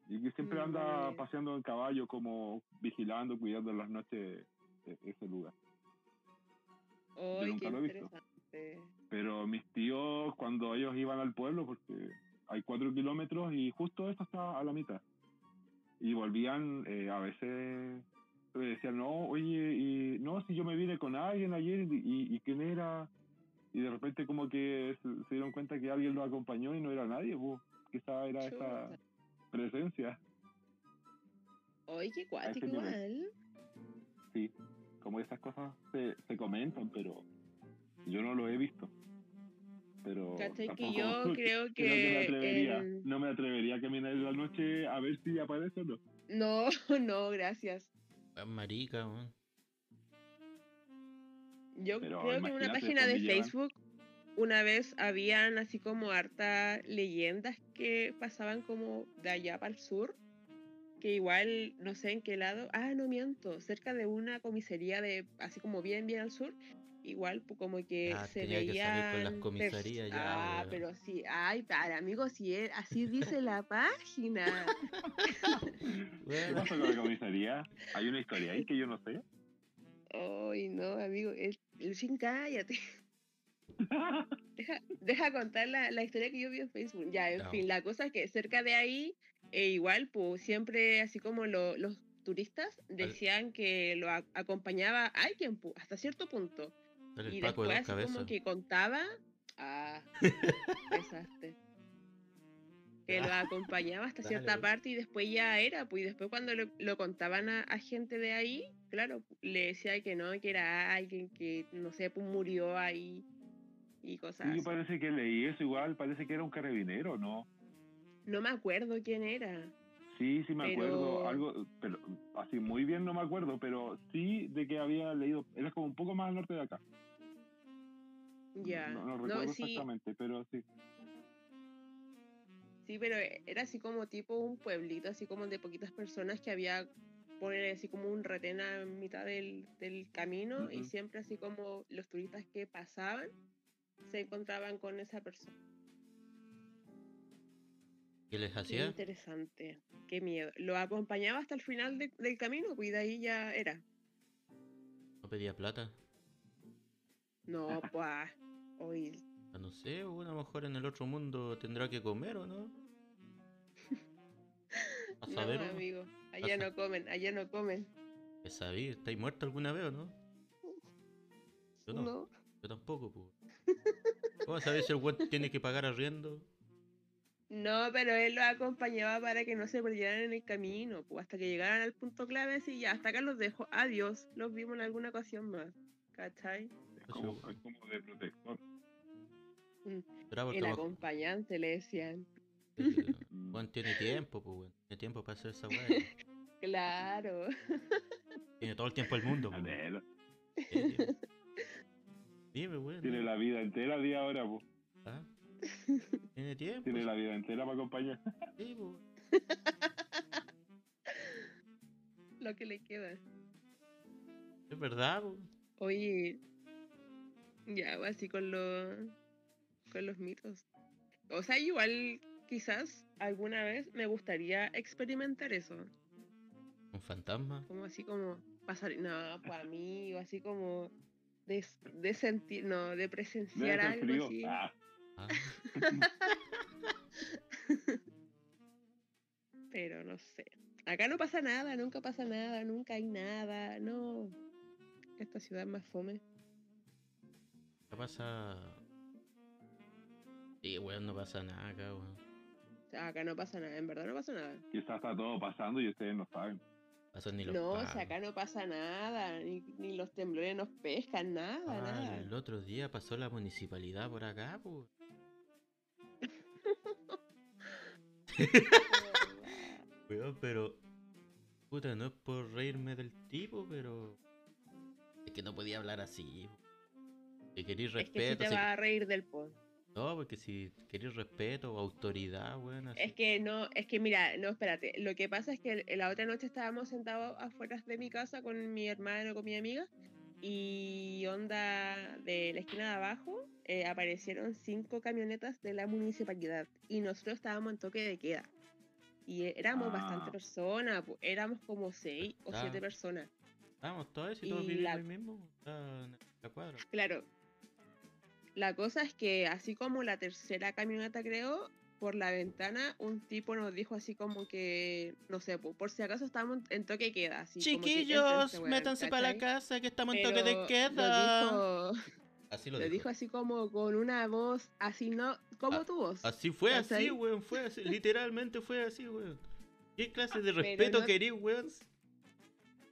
Speaker 3: Y que siempre
Speaker 2: Mm,
Speaker 3: anda
Speaker 2: vale.
Speaker 3: paseando en caballo, como vigilando, cuidando en las noches eh, ese lugar.
Speaker 2: hoy qué
Speaker 3: nunca lo he visto.
Speaker 2: interesante.
Speaker 3: Pero mis tíos, cuando ellos iban al pueblo, porque hay cuatro kilómetros y justo esto está a la mitad. Y volvían eh, a veces, me decían, no, oye, y, no, si yo me vine con alguien ayer y, y, y quién era. Y de repente como que se, se dieron cuenta que alguien los acompañó y no era nadie, pues, quizá era esa
Speaker 2: Chuta.
Speaker 3: presencia,
Speaker 2: Oye,
Speaker 3: este
Speaker 2: qué cuático
Speaker 3: nivel.
Speaker 2: igual.
Speaker 3: sí. Como esas cosas se, se comentan, pero yo no lo he visto. Pero
Speaker 2: ¿Cachai? Que
Speaker 3: tampoco-
Speaker 2: yo creo
Speaker 3: Creo que me
Speaker 2: que.
Speaker 3: atrevería,
Speaker 2: en-
Speaker 3: no me atrevería a caminar en la noche a ver si aparece o no.
Speaker 2: No, no, gracias.
Speaker 1: Weón Ah, marica, weón.
Speaker 2: Yo
Speaker 3: Pero
Speaker 2: creo que en una
Speaker 3: imagínate
Speaker 2: página de
Speaker 3: dónde llevan.
Speaker 2: Facebook una vez habían así como harta leyendas que pasaban como de allá para el sur, que igual no sé en qué lado, ah, no miento, cerca de una comisaría de así como bien, bien al sur, igual pu- como que
Speaker 1: Ah,
Speaker 2: se
Speaker 1: tenía que salir con las
Speaker 2: veían pers-
Speaker 1: comisarías ya,
Speaker 2: Ah,
Speaker 1: weón.
Speaker 2: pero sí, ay, para amigos, sí, eh, así dice la página.
Speaker 3: ¿Qué
Speaker 1: Weón,
Speaker 3: pasa con la comisaría? Hay una historia ahí que yo no sé.
Speaker 2: Ay, no, amigo, el, Lucín, cállate. Deja, deja contar la, la historia que yo vi en Facebook. Ya, en
Speaker 1: Ya.
Speaker 2: fin, la cosa es que cerca de ahí, eh, igual, pues siempre, así como lo- los turistas decían que lo a- acompañaba alguien, pues, hasta cierto punto.
Speaker 1: Sale
Speaker 2: y
Speaker 1: el Paco de
Speaker 2: después,
Speaker 1: dos
Speaker 2: así
Speaker 1: cabezas.
Speaker 2: como que contaba. Ah, desastre. Que lo acompañaba hasta
Speaker 1: Ah, Dale,
Speaker 2: cierta
Speaker 1: pues.
Speaker 2: parte y después ya era, pues, y después cuando lo, lo contaban a, a gente de ahí, claro, le decía que no, que era alguien que, no sé, pues murió ahí y cosas
Speaker 3: Sí,
Speaker 2: así.
Speaker 3: yo parece que leí eso igual, parece que era un carabinero, ¿no?
Speaker 2: No me acuerdo quién era.
Speaker 3: Sí, sí me acuerdo,
Speaker 2: Pero-
Speaker 3: algo, pero así muy bien no me acuerdo, pero sí de que había leído, era como un poco más al norte de acá.
Speaker 2: Ya.
Speaker 3: No,
Speaker 2: No,
Speaker 3: no recuerdo
Speaker 2: sí,
Speaker 3: exactamente, pero sí.
Speaker 2: sí, pero e- era así como tipo un pueblito, así como de poquitas personas que había poner así como un retén a mitad del, del camino y
Speaker 3: Ujú.
Speaker 2: siempre así como los turistas que pasaban se encontraban con esa persona.
Speaker 1: ¿Qué les
Speaker 2: Qué
Speaker 1: hacía?
Speaker 2: interesante, qué miedo. Lo acompañaba hasta el final de- del camino, pues y de ahí ya era.
Speaker 1: No pedía plata.
Speaker 2: No, pues, hoy
Speaker 1: Ah, No sé, weón, a lo mejor en el otro mundo tendrá que comer o no. A
Speaker 2: no,
Speaker 1: saber, uno.
Speaker 2: amigo, allá
Speaker 1: Pasa.
Speaker 2: no comen, allá no comen.
Speaker 1: Que sabí, ¿estáis muerto alguna vez o no? Yo no,
Speaker 2: No.
Speaker 1: yo tampoco, pues. ¿Cómo sabés si el weón tiene que pagar arriendo?
Speaker 2: No, pero él los acompañaba para que no se perdieran en el camino, pues hasta que llegaran al punto clave, sí, ya, hasta acá los dejo, adiós, los vimos en alguna ocasión más, ¿cachai?
Speaker 3: Es
Speaker 1: Eso,
Speaker 3: como,
Speaker 1: weón.
Speaker 3: es como de protector.
Speaker 1: Será porque
Speaker 2: El
Speaker 1: a lo mejor-
Speaker 2: acompañante, le decían.
Speaker 1: el
Speaker 3: Mm.
Speaker 1: weón tiene tiempo, pues, weón. Tiene tiempo para hacer esa weá. weón.
Speaker 2: Claro.
Speaker 1: Tiene todo el tiempo del mundo, pues, weón.
Speaker 3: Adela,
Speaker 1: Tiene tiempo. Dime, weón.
Speaker 3: Tiene la vida entera, día ahora, po.
Speaker 1: ¿Ah? Tiene tiempo.
Speaker 3: Tiene la vida entera para acompañar.
Speaker 1: sí, pues, weón.
Speaker 2: Lo que le queda.
Speaker 1: Es verdad, pues.
Speaker 2: Oye, ya, pues, así con los, con los mitos. O sea, igual, quizás alguna vez me gustaría experimentar eso.
Speaker 1: Un fantasma.
Speaker 2: como así como pasar no pues a mí o así como de, de sentir no de
Speaker 3: Debe
Speaker 2: presenciar
Speaker 3: ser
Speaker 2: algo
Speaker 3: frío.
Speaker 2: así
Speaker 3: Ah,
Speaker 1: Ah,
Speaker 2: pero no sé acá no pasa nada nunca pasa nada nunca hay nada no esta ciudad es más fome
Speaker 1: ¿qué pasa? Sí, weón, no pasa nada acá, weón.
Speaker 2: O sea, acá no pasa nada en verdad no pasa nada
Speaker 3: quizás está todo pasando y ustedes no saben.
Speaker 1: Pasan ni los
Speaker 2: no o
Speaker 1: pagos.
Speaker 2: sea acá no pasa nada ni, ni los temblores nos pescan nada
Speaker 1: Ah,
Speaker 2: nada
Speaker 1: El otro día pasó la municipalidad por acá, pues. Weón, pero. Puta, no es por reírme del tipo, pero. Es que no podía hablar así. Que querís
Speaker 2: es que si
Speaker 1: respeto.
Speaker 2: te
Speaker 1: si-
Speaker 2: vas a reír del po
Speaker 1: No, porque si querís respeto o autoridad, weón. así-
Speaker 2: Es que no, es que mira, no, espérate. Lo que pasa es que el- la otra noche estábamos sentados afuera de mi casa con mi hermano, con mi amiga, y onda de la esquina de abajo eh, aparecieron cinco camionetas de la municipalidad y nosotros estábamos en toque de queda. Y e- éramos bastante
Speaker 3: Ah.
Speaker 2: personas, po, éramos como seis o
Speaker 1: Ah.
Speaker 2: siete personas.
Speaker 1: Vamos, todos eso y todos
Speaker 2: y
Speaker 1: vivimos
Speaker 2: la-
Speaker 1: ahí mismo. Está en la cuadra.
Speaker 2: Claro. La cosa es que así como la tercera camioneta creo, por la ventana, un tipo nos dijo así como que, no sé, po, por si acaso estamos en toque de queda. Así, como que
Speaker 4: Chiquillos,
Speaker 2: éntrense, weón,
Speaker 4: métanse para la
Speaker 2: ¿cachai?
Speaker 4: casa que estamos en
Speaker 2: Pero
Speaker 4: toque de
Speaker 2: lo
Speaker 4: queda.
Speaker 2: dijo-
Speaker 1: Así
Speaker 2: Lo
Speaker 1: lo,
Speaker 2: dijo.
Speaker 1: dijo.
Speaker 2: así como con una voz, así no, como
Speaker 1: Ah,
Speaker 2: tu voz.
Speaker 1: Así fue, así,
Speaker 2: ¿Cachai?
Speaker 1: weón. Fue así, literalmente fue así, weón. ¿Qué clase de
Speaker 2: Ah, Pero
Speaker 1: respeto
Speaker 2: no-
Speaker 1: querís, weón?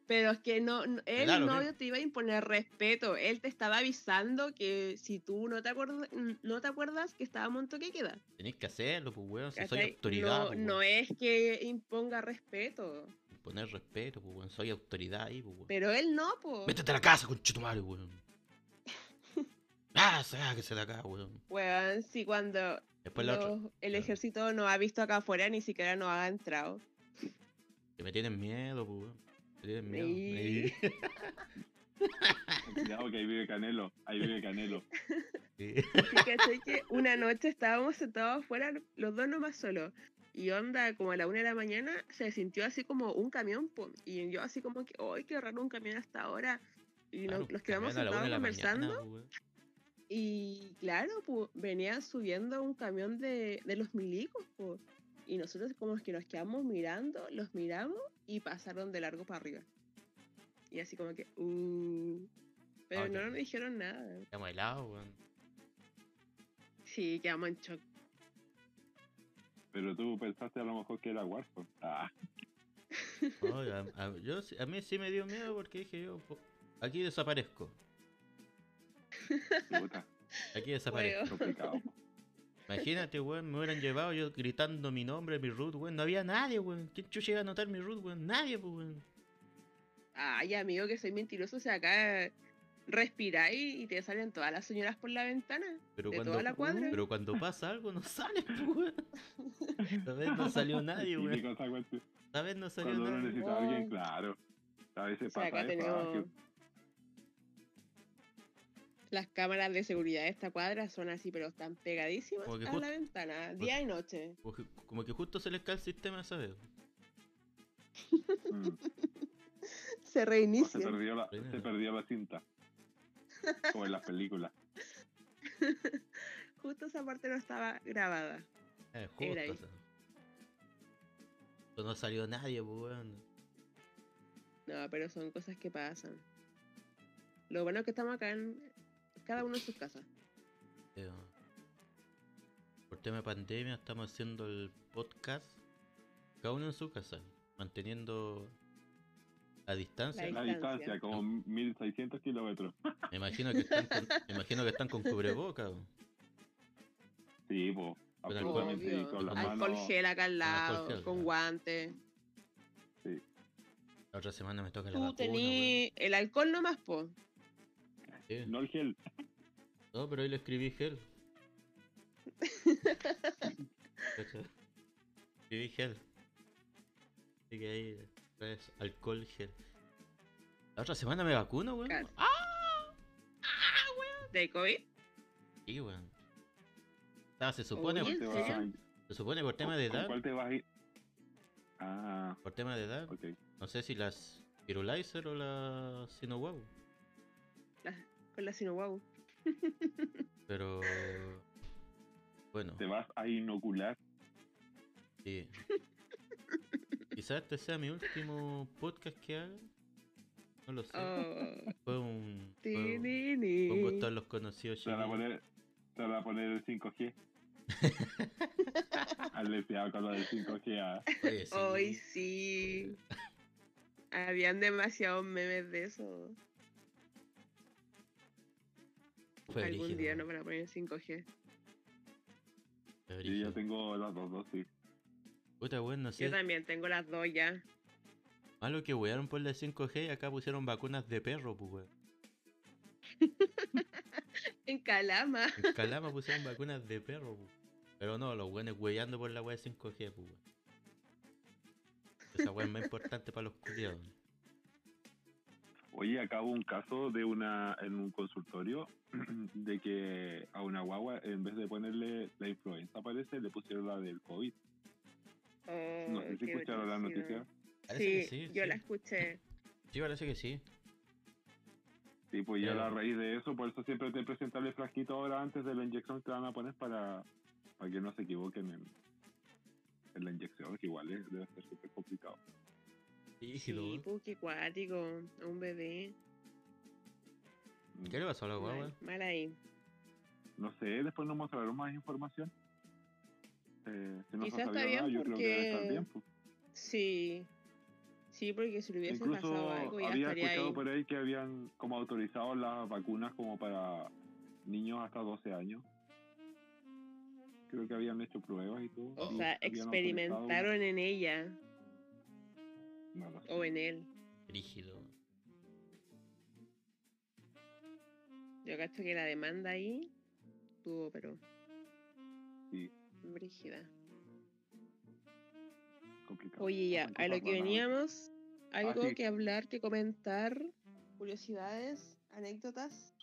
Speaker 2: Pero es que no, no- él
Speaker 1: Claro,
Speaker 2: no
Speaker 1: ¿qué?
Speaker 2: te iba a imponer respeto, él te estaba avisando que si tú no te, acuerdas no te acuerdas que estábamos en toque de queda.
Speaker 1: Tenéis que hacerlo, pues, weón. Si soy
Speaker 2: ¿cachai?
Speaker 1: autoridad,
Speaker 2: no,
Speaker 1: pues,
Speaker 2: no
Speaker 1: weón.
Speaker 2: es que imponga respeto,
Speaker 1: Poner respeto, pues, weón. Soy autoridad ahí, pues, weón.
Speaker 2: pero él no, po.
Speaker 1: Métete a la casa, conchetumare, weón. ah, sáquese de acá, weón.
Speaker 2: Weón, si cuando
Speaker 1: Después Pues la otra.
Speaker 2: los- el
Speaker 1: Ya.
Speaker 2: ejército nos ha visto acá afuera, ni siquiera nos ha entrado.
Speaker 1: Que me tienen miedo, pues, weón. Me tienen miedo.
Speaker 2: Sí.
Speaker 1: Sí.
Speaker 2: Ah.
Speaker 3: Cuidado que ahí vive Canelo, ahí vive Canelo.
Speaker 1: Sí.
Speaker 2: Sí, ¿cachai? que una noche estábamos sentados afuera, los dos nomás solos. Y onda, como a la una de la mañana, se sintió así como un camión. po, Y yo así como que, ¡ay, qué raro un camión hasta ahora! Y nos,
Speaker 1: Claro,
Speaker 2: nos quedamos
Speaker 1: cambian a la una
Speaker 2: sentados
Speaker 1: de la mañana,
Speaker 2: conversando.
Speaker 1: pues, weón.
Speaker 2: y claro, pues venía subiendo un camión de, de los milicos. po, Y nosotros como que nos quedamos mirando, los miramos y pasaron de largo para arriba. Y así como que, "Uh". Pero
Speaker 1: Ah,
Speaker 2: no
Speaker 1: ya.
Speaker 2: nos dijeron nada.
Speaker 1: Estamos helados, weón.
Speaker 2: Sí, quedamos en shock.
Speaker 3: Pero tú pensaste a lo mejor que era Warzone. Ah,
Speaker 1: No, a, a- yo sí- a mí sí me dio miedo porque dije yo, po- aquí desaparezco.
Speaker 3: puta,
Speaker 1: Aquí desaparezco.
Speaker 3: complicado.
Speaker 1: Imagínate, weón, me hubieran llevado yo gritando mi nombre, mi root, weón. No había nadie, weón. ¿Quién chucha iba a anotar mi root, weón? Nadie, pues, weón.
Speaker 2: Ay, amigo, que soy mentiroso. O sea, acá respiráis y te salen todas las señoras por la ventana.
Speaker 1: Pero
Speaker 2: De
Speaker 1: cuando,
Speaker 2: toda la cuadra.
Speaker 1: pero cuando pasa algo no sale, pues, weón. Esta vez no salió nadie,
Speaker 3: Y de
Speaker 1: weón.
Speaker 3: consecuencia,
Speaker 1: Esta vez no salió
Speaker 3: Cuando uno
Speaker 1: nadie.
Speaker 3: necesita a alguien,
Speaker 2: Wow.
Speaker 3: claro. A veces
Speaker 2: O sea,
Speaker 3: pasa
Speaker 2: acá
Speaker 3: eso. ah,
Speaker 2: tenemos
Speaker 3: que-
Speaker 2: las cámaras de seguridad de esta cuadra, son así, pero están pegadísimas
Speaker 1: Como que
Speaker 2: a
Speaker 1: justo-
Speaker 2: la ventana, día y noche.
Speaker 1: Como que- Como que justo se les cae el sistema esa vez.
Speaker 2: Se
Speaker 3: mm, se,
Speaker 2: reinicia.
Speaker 3: perdió la,
Speaker 1: Reinicia.
Speaker 3: se perdió la cinta. Como en las películas.
Speaker 2: Justo esa parte no estaba grabada.
Speaker 1: Eh, justo.
Speaker 2: ahí.
Speaker 1: esa. Pero No salió nadie, pues, weón.
Speaker 2: No, pero son cosas que pasan. Lo bueno es que estamos acá en cada uno en sus casas.
Speaker 1: Eh, Por tema de pandemia estamos haciendo el podcast cada uno en su casa, manteniendo la distancia.
Speaker 2: La
Speaker 3: La distancia, como 1600 kilómetros.
Speaker 1: Me imagino que están con, me imagino que están con cubrebocas. bo.
Speaker 3: Sí, pues.
Speaker 1: Con
Speaker 3: Absolutamente. Y
Speaker 2: alcohol.
Speaker 3: con las
Speaker 1: Obvio.
Speaker 2: Alcohol
Speaker 3: manos.
Speaker 2: gel acá al
Speaker 1: alcohol
Speaker 2: lado,
Speaker 1: gel,
Speaker 2: con
Speaker 1: ya.
Speaker 2: guantes.
Speaker 1: La otra semana me toca la
Speaker 2: Tú
Speaker 1: vacuna.
Speaker 2: tenías el alcohol nomás, po.
Speaker 1: weón. Sí.
Speaker 3: No el gel.
Speaker 1: No, pero ahí le escribí gel. ¿Cachai? escribí gel. Así que ahí traes alcohol gel. La otra semana me vacuno, weón.
Speaker 2: Claro.
Speaker 1: Ah,
Speaker 2: ¿De COVID?
Speaker 1: sí, weón. Ah, se supone,
Speaker 2: Oye,
Speaker 1: por-
Speaker 3: ¿Cuál te va-
Speaker 2: serio?
Speaker 1: se supone por tema
Speaker 3: con-
Speaker 1: de
Speaker 3: con
Speaker 1: edad.
Speaker 3: ¿Cuál te vas a ir? Ah,
Speaker 1: Por tema de edad,
Speaker 3: ok.
Speaker 1: no sé si las Pirulizer o la Sinowaw.
Speaker 2: Con la Sinoguau.
Speaker 1: Pero. Bueno.
Speaker 3: Te vas a inocular.
Speaker 1: Sí. Quizás este sea mi último podcast que haga. No lo sé.
Speaker 2: Oh.
Speaker 1: Fue un. Fue
Speaker 2: Ti,
Speaker 1: un,
Speaker 2: ni, ni.
Speaker 1: fue un gusto los conocidos,
Speaker 3: Te van a
Speaker 1: chiquillos.
Speaker 3: poner, te van a poner el 5G. Alesia con lo del 5G. ah.
Speaker 1: Oye, sí.
Speaker 2: Hoy sí. Habían demasiados memes de eso.
Speaker 1: Fue
Speaker 2: Algún
Speaker 1: brígido,
Speaker 2: día no van a poner el 5G.
Speaker 1: fue
Speaker 3: Y
Speaker 1: brígido.
Speaker 3: yo tengo las dos dosis.
Speaker 1: Puta, weón, no
Speaker 2: Yo
Speaker 1: sé.
Speaker 2: también tengo las dos ya.
Speaker 1: Malo que wearon por la 5G y acá pusieron vacunas de perro, pues, weón.
Speaker 2: En Calama.
Speaker 1: pues, En Calama pusieron vacunas de perro, pu. Pero no, los weones weyando por la wea 5G, pu, pues, weón. Esa wea es más importante para los culiados.
Speaker 3: Oye, acá hubo un caso de una en un consultorio de que a una guagua, en vez de ponerle la influenza, parece, le pusieron la del COVID.
Speaker 2: Oh,
Speaker 3: No sé si
Speaker 2: qué
Speaker 3: escucharon la
Speaker 2: brígido.
Speaker 3: noticia.
Speaker 1: Parece
Speaker 2: Sí,
Speaker 1: que sí,
Speaker 2: yo
Speaker 1: sí.
Speaker 2: la escuché.
Speaker 1: Sí, parece que sí.
Speaker 3: Sí, pues yo
Speaker 1: Pero-
Speaker 3: a raíz de eso, por eso siempre te presentan el frasquito ahora antes de la inyección que te van a poner para para que no se equivoquen en, en la inyección, que igual es, debe ser súper complicado.
Speaker 2: Sí,
Speaker 1: Rígido. ¿eh?
Speaker 2: pues qué cuático, a un bebé.
Speaker 3: Mm.
Speaker 1: ¿Qué le pasó a la guagua?
Speaker 2: Mal, mal ahí.
Speaker 3: No sé, después nos mostraron más información. Eh, si no se
Speaker 2: Quizás está
Speaker 3: sabía nada,
Speaker 2: bien
Speaker 3: yo creo que debe estar
Speaker 2: porque-
Speaker 3: bien. pues.
Speaker 2: Sí. Sí, porque si le hubiese pasado algo
Speaker 3: Incluso
Speaker 2: ya
Speaker 3: había
Speaker 2: estaría
Speaker 3: escuchado
Speaker 2: ahí.
Speaker 3: por ahí que habían como autorizado las vacunas como para niños hasta 12 años. Creo que habían hecho pruebas y todo.
Speaker 2: O
Speaker 3: y
Speaker 2: sea,
Speaker 3: habían autorizado-
Speaker 2: experimentaron en ella
Speaker 3: No lo sé.
Speaker 2: o en él.
Speaker 1: Rígido.
Speaker 2: Yo cacho que la demanda ahí tuvo, pero
Speaker 3: Sí,
Speaker 2: brígida.
Speaker 3: complicado.
Speaker 2: Oye, ya,
Speaker 3: Pasan
Speaker 2: a lo
Speaker 3: cosas
Speaker 2: que
Speaker 3: raras.
Speaker 2: veníamos, algo
Speaker 3: sí.
Speaker 2: que hablar, que comentar, curiosidades, anécdotas,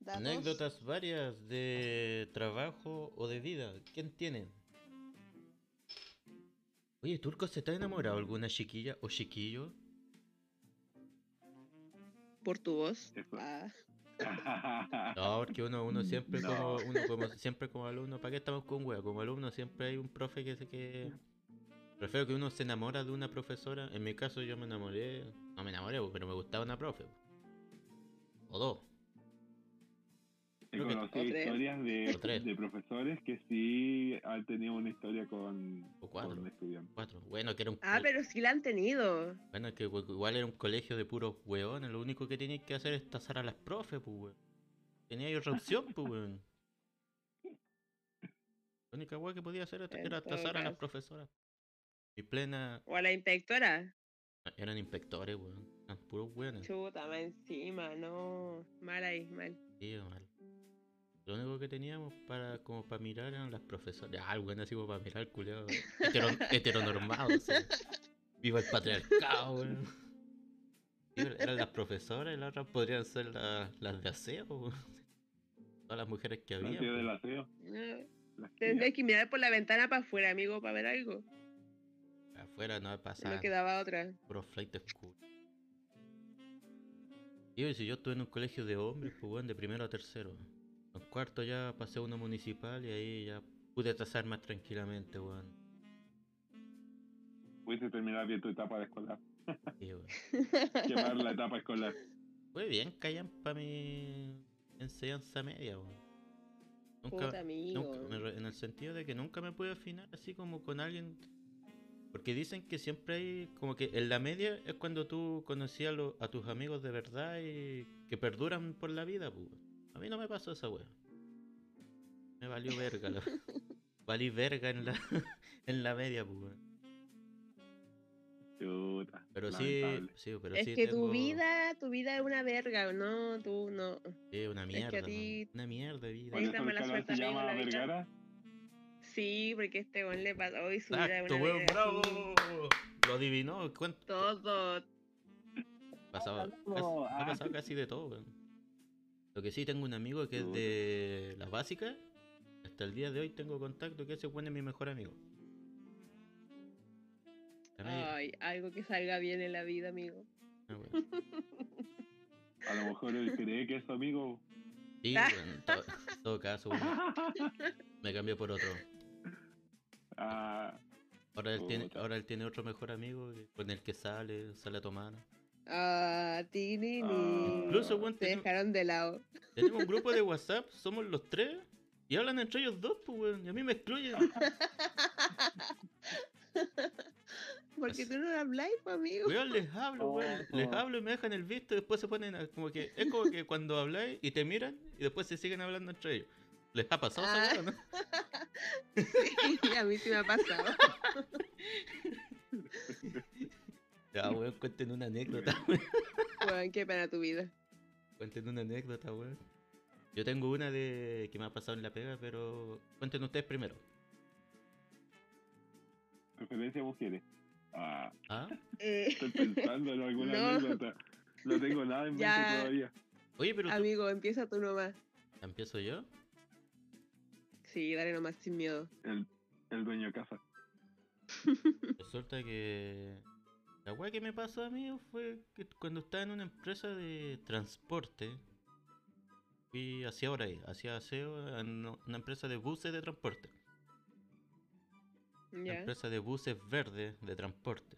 Speaker 2: datos.
Speaker 1: Anécdotas varias de trabajo o de vida. ¿Quién tiene? Oye, Turco, ¿se te ha enamorado alguna chiquilla o chiquillo?
Speaker 2: Por tu voz.
Speaker 1: pues.
Speaker 3: Eso.
Speaker 2: Ah,
Speaker 1: No, porque uno,
Speaker 2: Mm,
Speaker 1: uno siempre
Speaker 3: No.
Speaker 1: como uno como siempre como alumno, ¿para qué estamos con hueá? Como alumno siempre hay un profe que se que prefiero que uno se enamora de una profesora. En mi caso yo me enamoré, no me enamoré, pues, pero me gustaba una profe. pues. O dos.
Speaker 3: He
Speaker 1: Creo que-
Speaker 3: conocido
Speaker 2: O tres.
Speaker 3: historias
Speaker 1: O tres.
Speaker 3: de, de profesores que sí han tenido una historia con,
Speaker 1: O cuatro.
Speaker 3: con estudiantes.
Speaker 1: Cuatro. Bueno, que era un
Speaker 2: ah,
Speaker 1: col-
Speaker 2: pero sí la han tenido.
Speaker 1: bueno, que we- igual era un colegio de puros hueones, lo único que tenías que hacer es tasar a las profes, pues weón. Tenía ahí otra opción, pues weón. La única hueá que podía hacer era-
Speaker 2: En
Speaker 1: era
Speaker 2: todo
Speaker 1: tasar a las
Speaker 2: caso.
Speaker 1: profesoras. Mi plena
Speaker 2: O a la inspectora.
Speaker 1: Eran inspectores, weón. Eran puros weones.
Speaker 2: Chuta, más encima, no. Mal ahí, mal.
Speaker 1: Sí, mal. Lo único que teníamos para como para mirar eran las profesoras. Ah, el weón así como para mirar, culeado. Hetero- heteronormado, sí. Viva el patriarcado, weón. Sí, pero Eran las profesoras y las otras podrían ser la- las de aseo, weón. Todas las mujeres que
Speaker 3: La
Speaker 1: había.
Speaker 3: tía del
Speaker 1: weón.
Speaker 3: aseo.
Speaker 2: No,
Speaker 3: la tía.
Speaker 2: Tendrías que mirar por la ventana para afuera, amigo, para ver algo.
Speaker 1: Afuera no
Speaker 2: no
Speaker 1: pasaban
Speaker 2: quedaba otra.
Speaker 1: puros flightes culos. Yo, si yo estuve en un colegio de hombres, pues weón, de primero a tercero. En cuarto ya pasé a uno municipal y ahí ya pude tasar más tranquilamente, weón.
Speaker 3: Pudiste terminar bien tu etapa de escolar.
Speaker 1: Sí, weón.
Speaker 3: Quemar la etapa escolar.
Speaker 1: Fue bien callan para mi enseñanza media, weón. Nunca,
Speaker 2: Puta, amigo.
Speaker 1: Nunca, me re- en el sentido de que nunca me pude afinar así como con alguien. Porque dicen que siempre hay, como que en la media es cuando tú conocías a, lo- a tus amigos de verdad y que perduran por la vida, pues. A mí no me pasó esa wea. Me valió verga, la... Valí verga en la, en la media, pues.
Speaker 3: Chuta.
Speaker 1: Pero sí,
Speaker 3: lamentable.
Speaker 1: sí, pero
Speaker 2: es
Speaker 1: sí
Speaker 2: que
Speaker 1: tengo-
Speaker 2: tu vida, tu vida es una verga, no, tú no.
Speaker 1: sí, una
Speaker 2: que a
Speaker 1: mierda, man.
Speaker 2: ti-
Speaker 1: Una mierda de vida.
Speaker 3: Por
Speaker 2: Ahí
Speaker 3: eso
Speaker 2: está mala
Speaker 3: Vergara
Speaker 2: suerte,
Speaker 3: se
Speaker 2: amigo,
Speaker 3: llama
Speaker 2: la bicha.
Speaker 3: Vergara.
Speaker 2: Sí, porque este weón le pasó hoy su vida es
Speaker 1: Exacto,
Speaker 2: una
Speaker 1: weón,
Speaker 2: verga.
Speaker 1: bravo.
Speaker 2: sí.
Speaker 1: Lo adivinó. ¿Cuánto?
Speaker 2: Todo.
Speaker 1: pasaba,
Speaker 3: Ah,
Speaker 1: casi-
Speaker 3: no,
Speaker 1: me ha
Speaker 3: ah.
Speaker 1: pasado casi de todo, weón. Lo que sí, tengo un amigo que es
Speaker 3: Chuta.
Speaker 1: de la básica. Hasta el día de hoy tengo contacto que ese weón es mi mejor amigo. La media-
Speaker 2: Ay, algo que salga bien en la vida, amigo.
Speaker 1: ah, weón.
Speaker 3: A lo mejor él cree que es su amigo.
Speaker 1: Sí,
Speaker 2: Ah.
Speaker 1: weón, en todo, en todo caso, weón, me cambió por otro.
Speaker 3: Ah,
Speaker 1: Ahora él, tiene,
Speaker 3: Puta.
Speaker 1: ahora él tiene otro mejor amigo que- con el que sale, sale a tomar.
Speaker 2: Ah, tini,
Speaker 3: Ah.
Speaker 1: Incluso, weón,
Speaker 2: Te
Speaker 1: tenemos-
Speaker 2: dejaron de lado.
Speaker 1: Tenemos un grupo de WhatsApp, somos los tres, y hablan entre ellos dos, pues, weón, y a mí me excluyen.
Speaker 2: Porque
Speaker 1: Así-
Speaker 2: tú no habláis, pues, amigo.
Speaker 1: Weón, les hablo, weón, les hablo y me dejan el visto y después se ponen a- como que, es como que cuando habláis y te miran y después se siguen hablando entre ellos. ¿Les ha pasado esa
Speaker 2: Ah.
Speaker 1: weá, no?
Speaker 2: Sí, a mí sí me ha pasado.
Speaker 1: Ya, weón, cuenten una anécdota, weón.
Speaker 2: Weón, qué pena tu vida.
Speaker 1: Cuenten una anécdota, weón. Yo tengo una de que me ha pasado en la pega, pero cuenten ustedes primero.
Speaker 3: preferencia mujeres. Ah,
Speaker 1: Ah.
Speaker 2: Eh,
Speaker 3: estoy pensando en alguna
Speaker 2: No.
Speaker 3: anécdota. No tengo nada en
Speaker 2: Ya.
Speaker 3: mente todavía.
Speaker 1: Oye, pero tú-
Speaker 2: amigo, empieza tú nomás.
Speaker 1: empiezo yo.
Speaker 2: Sí, dale nomás sin miedo.
Speaker 3: El, el dueño de casa.
Speaker 1: Resulta que la weá que me pasó a mí fue que cuando estaba en una empresa de transporte, fui fui hacia ahora, hacia aseo en una empresa de buses de transporte. Una
Speaker 2: Ya.
Speaker 1: empresa de buses verdes de transporte.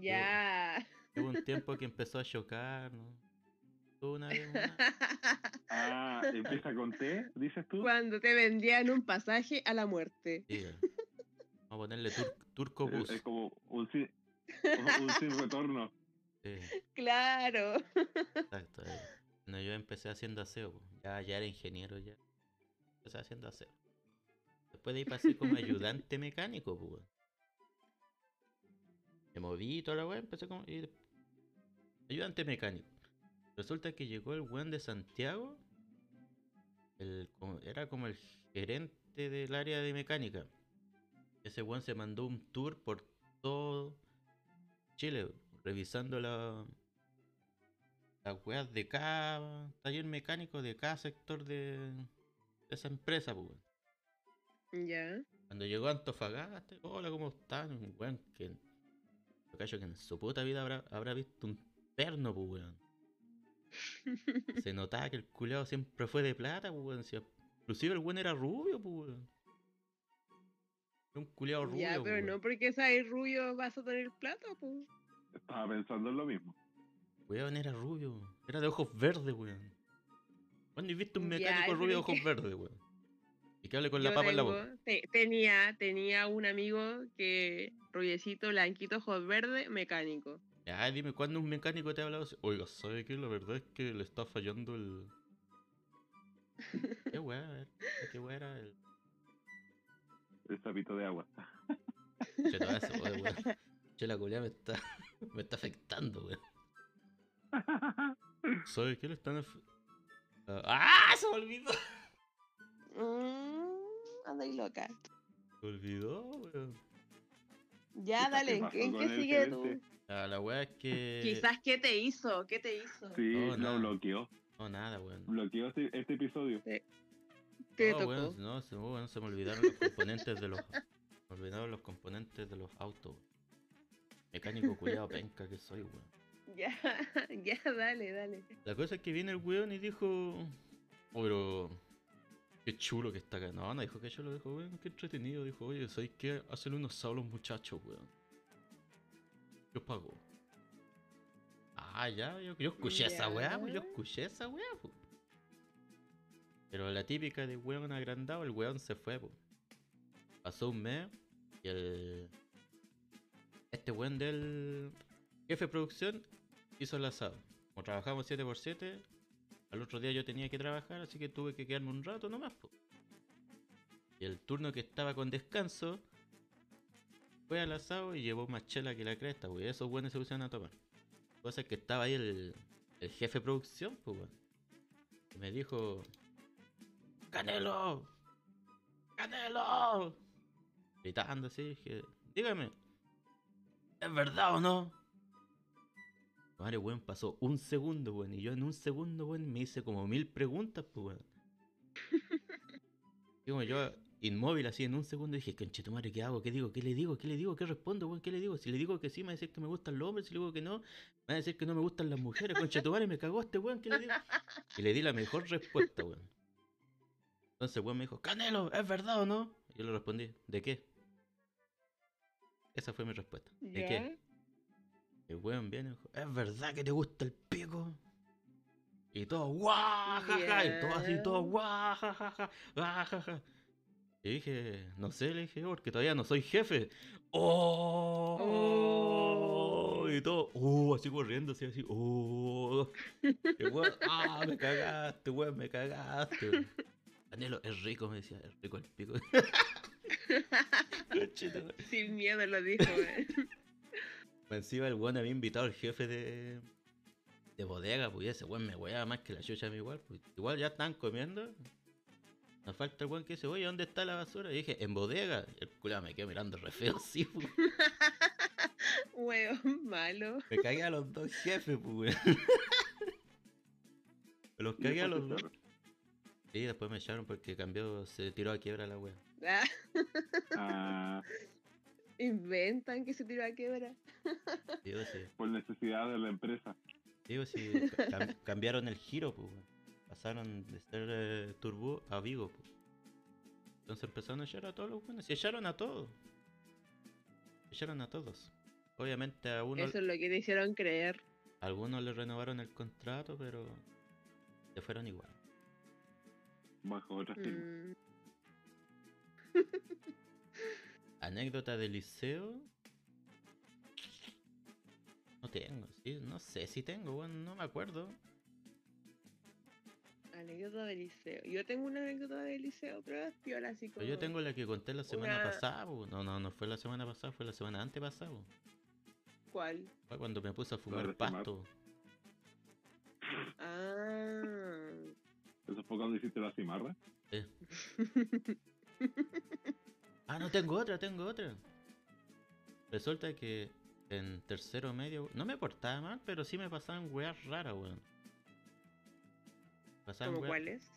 Speaker 2: Ya.
Speaker 1: Hubo un tiempo que empezó a chocar, ¿no? Tuvo una vez una-
Speaker 3: Ah, empieza con T, dices tú. Eh,
Speaker 2: Cuando te vendían un pasaje a la muerte.
Speaker 1: Sí, eh. Vamos a ponerle tur- turco
Speaker 3: Eh,
Speaker 1: bus.
Speaker 3: Es, como un sin, un sin retorno.
Speaker 1: Sí,
Speaker 2: Claro.
Speaker 1: exacto. eh. Bueno, yo empecé haciendo aseo, po. ya, ya era ingeniero ya. Empecé haciendo aseo. Después de ahí pasé como ayudante mecánico, pues. weón. Me moví y toda la weá, empecé como. y de- Ayudante mecánico. Resulta que llegó el weón de Santiago. el co- era como el gerente del área de mecánica. Ese weón se mandó un tour por todo Chile, revisando la, las weas de cada taller mecánico de cada sector de, de esa empresa, pues, weón.
Speaker 2: Ya.
Speaker 1: Cuando llegó a Antofagasta, hola, ¿cómo están? Un weón que. Yo cacho que en su puta vida habrá, habrá visto un perno, pues, weón. Se notaba que el culeado siempre fue de plata, pues, weón. Si a- Inclusive el weón era rubio, pues, weón. Era un culeado rubio,
Speaker 2: ya,
Speaker 1: pues,
Speaker 2: pero
Speaker 1: weón.
Speaker 2: no porque seas rubio vas a tener plata, pues.
Speaker 3: Estaba pensando en lo mismo.
Speaker 1: Weón era rubio. Era de ojos verdes, weón. ¿Cuándo has visto un
Speaker 2: Ya,
Speaker 1: mecánico
Speaker 2: pero
Speaker 1: rubio de
Speaker 2: ¿y qué?
Speaker 1: ojos verdes, weón? Y que hable con la
Speaker 2: Yo
Speaker 1: papa en la
Speaker 2: tengo-
Speaker 1: boca.
Speaker 2: te- tenía, tenía un amigo que rubiecito, blanquito, ojos verde, mecánico.
Speaker 1: Ya, dime, ¿cuándo un mecánico te ha hablado así? Oiga, ¿sabe qué? La verdad es que le está fallando el... ¿Qué weón? era? ¿Qué weón era el...?
Speaker 3: El sapito de agua.
Speaker 1: Che, no, eso, oye, weón. Che, la culia me está... me está afectando, weón. ¿Sabe qué? Le están... af- ¡Ah! ¡Se me olvidó!
Speaker 2: Mm, Anda y loca.
Speaker 1: Se me olvidó, weón.
Speaker 2: Ya,
Speaker 3: Quizás
Speaker 2: dale,
Speaker 3: te pasó
Speaker 2: ¿en
Speaker 3: con
Speaker 2: qué
Speaker 3: el
Speaker 2: sigue
Speaker 3: gerente.
Speaker 2: tú?
Speaker 1: Ya, la weá es que...
Speaker 2: Quizás, ¿qué te hizo? ¿Qué te hizo?
Speaker 3: Sí,
Speaker 1: Oh,
Speaker 3: lo
Speaker 1: no.
Speaker 3: bloqueó.
Speaker 1: No, nada, weón.
Speaker 3: Bloqueó este, este episodio.
Speaker 2: Te
Speaker 1: No,
Speaker 2: tocó.
Speaker 1: weón, no, se, oh, weón, se me olvidaron los componentes de los. me olvidaron los componentes de los autos, weón. Mecánico culiado penca que soy, weón.
Speaker 2: Ya, ya, dale, dale.
Speaker 1: La cosa es que viene el weón y dijo. Oh, pero. Qué chulo que está acá. No, no dijo que chulo, dijo, weón, qué entretenido. Dijo, oye, ¿sabéis qué? Hacen unos sábados muchachos, weón. Yo pago. Ah, ya, yo, yo escuché esa weá, pues, yo
Speaker 2: Ya.
Speaker 1: escuché esa weá, pues. Pero la típica de weón agrandado, el weón se fue, pues. Pasó un mes y el. Este weón del. Jefe de producción hizo el asado. Como trabajamos 7x7, al otro día yo tenía que trabajar, así que tuve que quedarme un rato nomás. po. Y el turno que estaba con descanso fue al asado y llevó más chela que la cresta, wey. Esos buenos se usan a tomar. La Cosa es que estaba ahí el, el jefe de producción, pues, weón. Y me dijo: ¡Canelo! ¡Canelo! Gritando así, dije: Dígame, ¿es verdad o no? Mario, weón, pasó un segundo, weón. Y yo en un segundo, weón, me hice como mil preguntas, pues, weón. Y como yo, inmóvil así, en un segundo, dije, conchetumare, ¿qué hago? ¿Qué digo? ¿Qué le digo? ¿Qué le digo? ¿Qué respondo, weón? ¿Qué le digo? Si le digo que sí, me va a decir que me gustan los hombres. Si le digo que no, me va a decir que no me gustan las mujeres. Conchetumare, me cagó este weón. ¿Qué le digo? Y le di la mejor respuesta, weón. Entonces, weón me dijo, Canelo, ¿es verdad o no? Y yo le respondí, ¿de qué? Esa fue mi respuesta. ¿De
Speaker 2: Ya.
Speaker 1: qué? El weón viene y dijo, ¿es verdad que te gusta el pico? Y todo, guau, ja, ja", y todo así, todo,
Speaker 2: Ya.
Speaker 1: guau, ja, ja, ja, guau, ja, ja. Y dije, no sé, le dije, porque todavía no soy jefe. ¡Oh!
Speaker 2: Oh.
Speaker 1: Y todo, ¡oh! Así corriendo, así, así, ¡oh! Y el weón, ¡ah! Me cagaste, weón, me cagaste. weón". Canelo, es rico, me decía, es rico el pico. Conchita, weón.
Speaker 2: Sin miedo lo dijo, eh.
Speaker 1: Encima el weón había invitado al jefe de, de bodega, pues y ese weón me weaba más que la chucha a mí igual. Pues, igual ya están comiendo. Nos falta el weón que dice, oye, ¿dónde está la basura? Y dije, en bodega. El culo me quedó mirando re feo, sí, pues.
Speaker 2: Hueón malo.
Speaker 1: Me cagué a los dos jefes, pues, weón. Me los
Speaker 3: Y
Speaker 1: cagué a
Speaker 3: después
Speaker 1: los dos.
Speaker 3: te echaron.
Speaker 1: Y después me echaron porque cambió, se tiró a quiebra la weón.
Speaker 2: Ah,
Speaker 3: Ah,
Speaker 2: inventan que se tiró a quebra.
Speaker 1: Digo, sí.
Speaker 3: por necesidad de la empresa.
Speaker 1: Digo, sí, ca- cam- cambiaron el giro, pues, weón. pasaron de ser eh, turbo a vivo. po. Entonces empezaron a echar a todos los buenos. Y echaron a todos. Echaron a todos. Obviamente a uno,
Speaker 2: Eso es lo que te hicieron creer.
Speaker 1: a algunos le renovaron el contrato, pero se fueron igual.
Speaker 3: bajo otras firmas.
Speaker 2: Mm.
Speaker 1: Anécdota de liceo. No tengo, sí, no sé si tengo, bueno, no me acuerdo.
Speaker 2: Anécdota del liceo. Yo tengo una anécdota del liceo, pero es piola así como.
Speaker 1: Pero yo tengo la que conté la semana
Speaker 2: Una-
Speaker 1: pasada, po. no, no, no fue la semana pasada, fue la semana antepasada. po.
Speaker 2: ¿Cuál?
Speaker 1: Fue cuando me puse a
Speaker 3: de
Speaker 1: fumar
Speaker 3: fumar.
Speaker 1: pasto.
Speaker 2: Ah.
Speaker 3: ¿Eso fue cuando hiciste la cimarra?
Speaker 1: Ah, no, tengo otra, tengo otra. Resulta que en tercero medio, no me portaba mal, pero sí me pasaban weas raras, weón. Pasaban
Speaker 2: ¿Como
Speaker 1: weas-
Speaker 2: cuáles?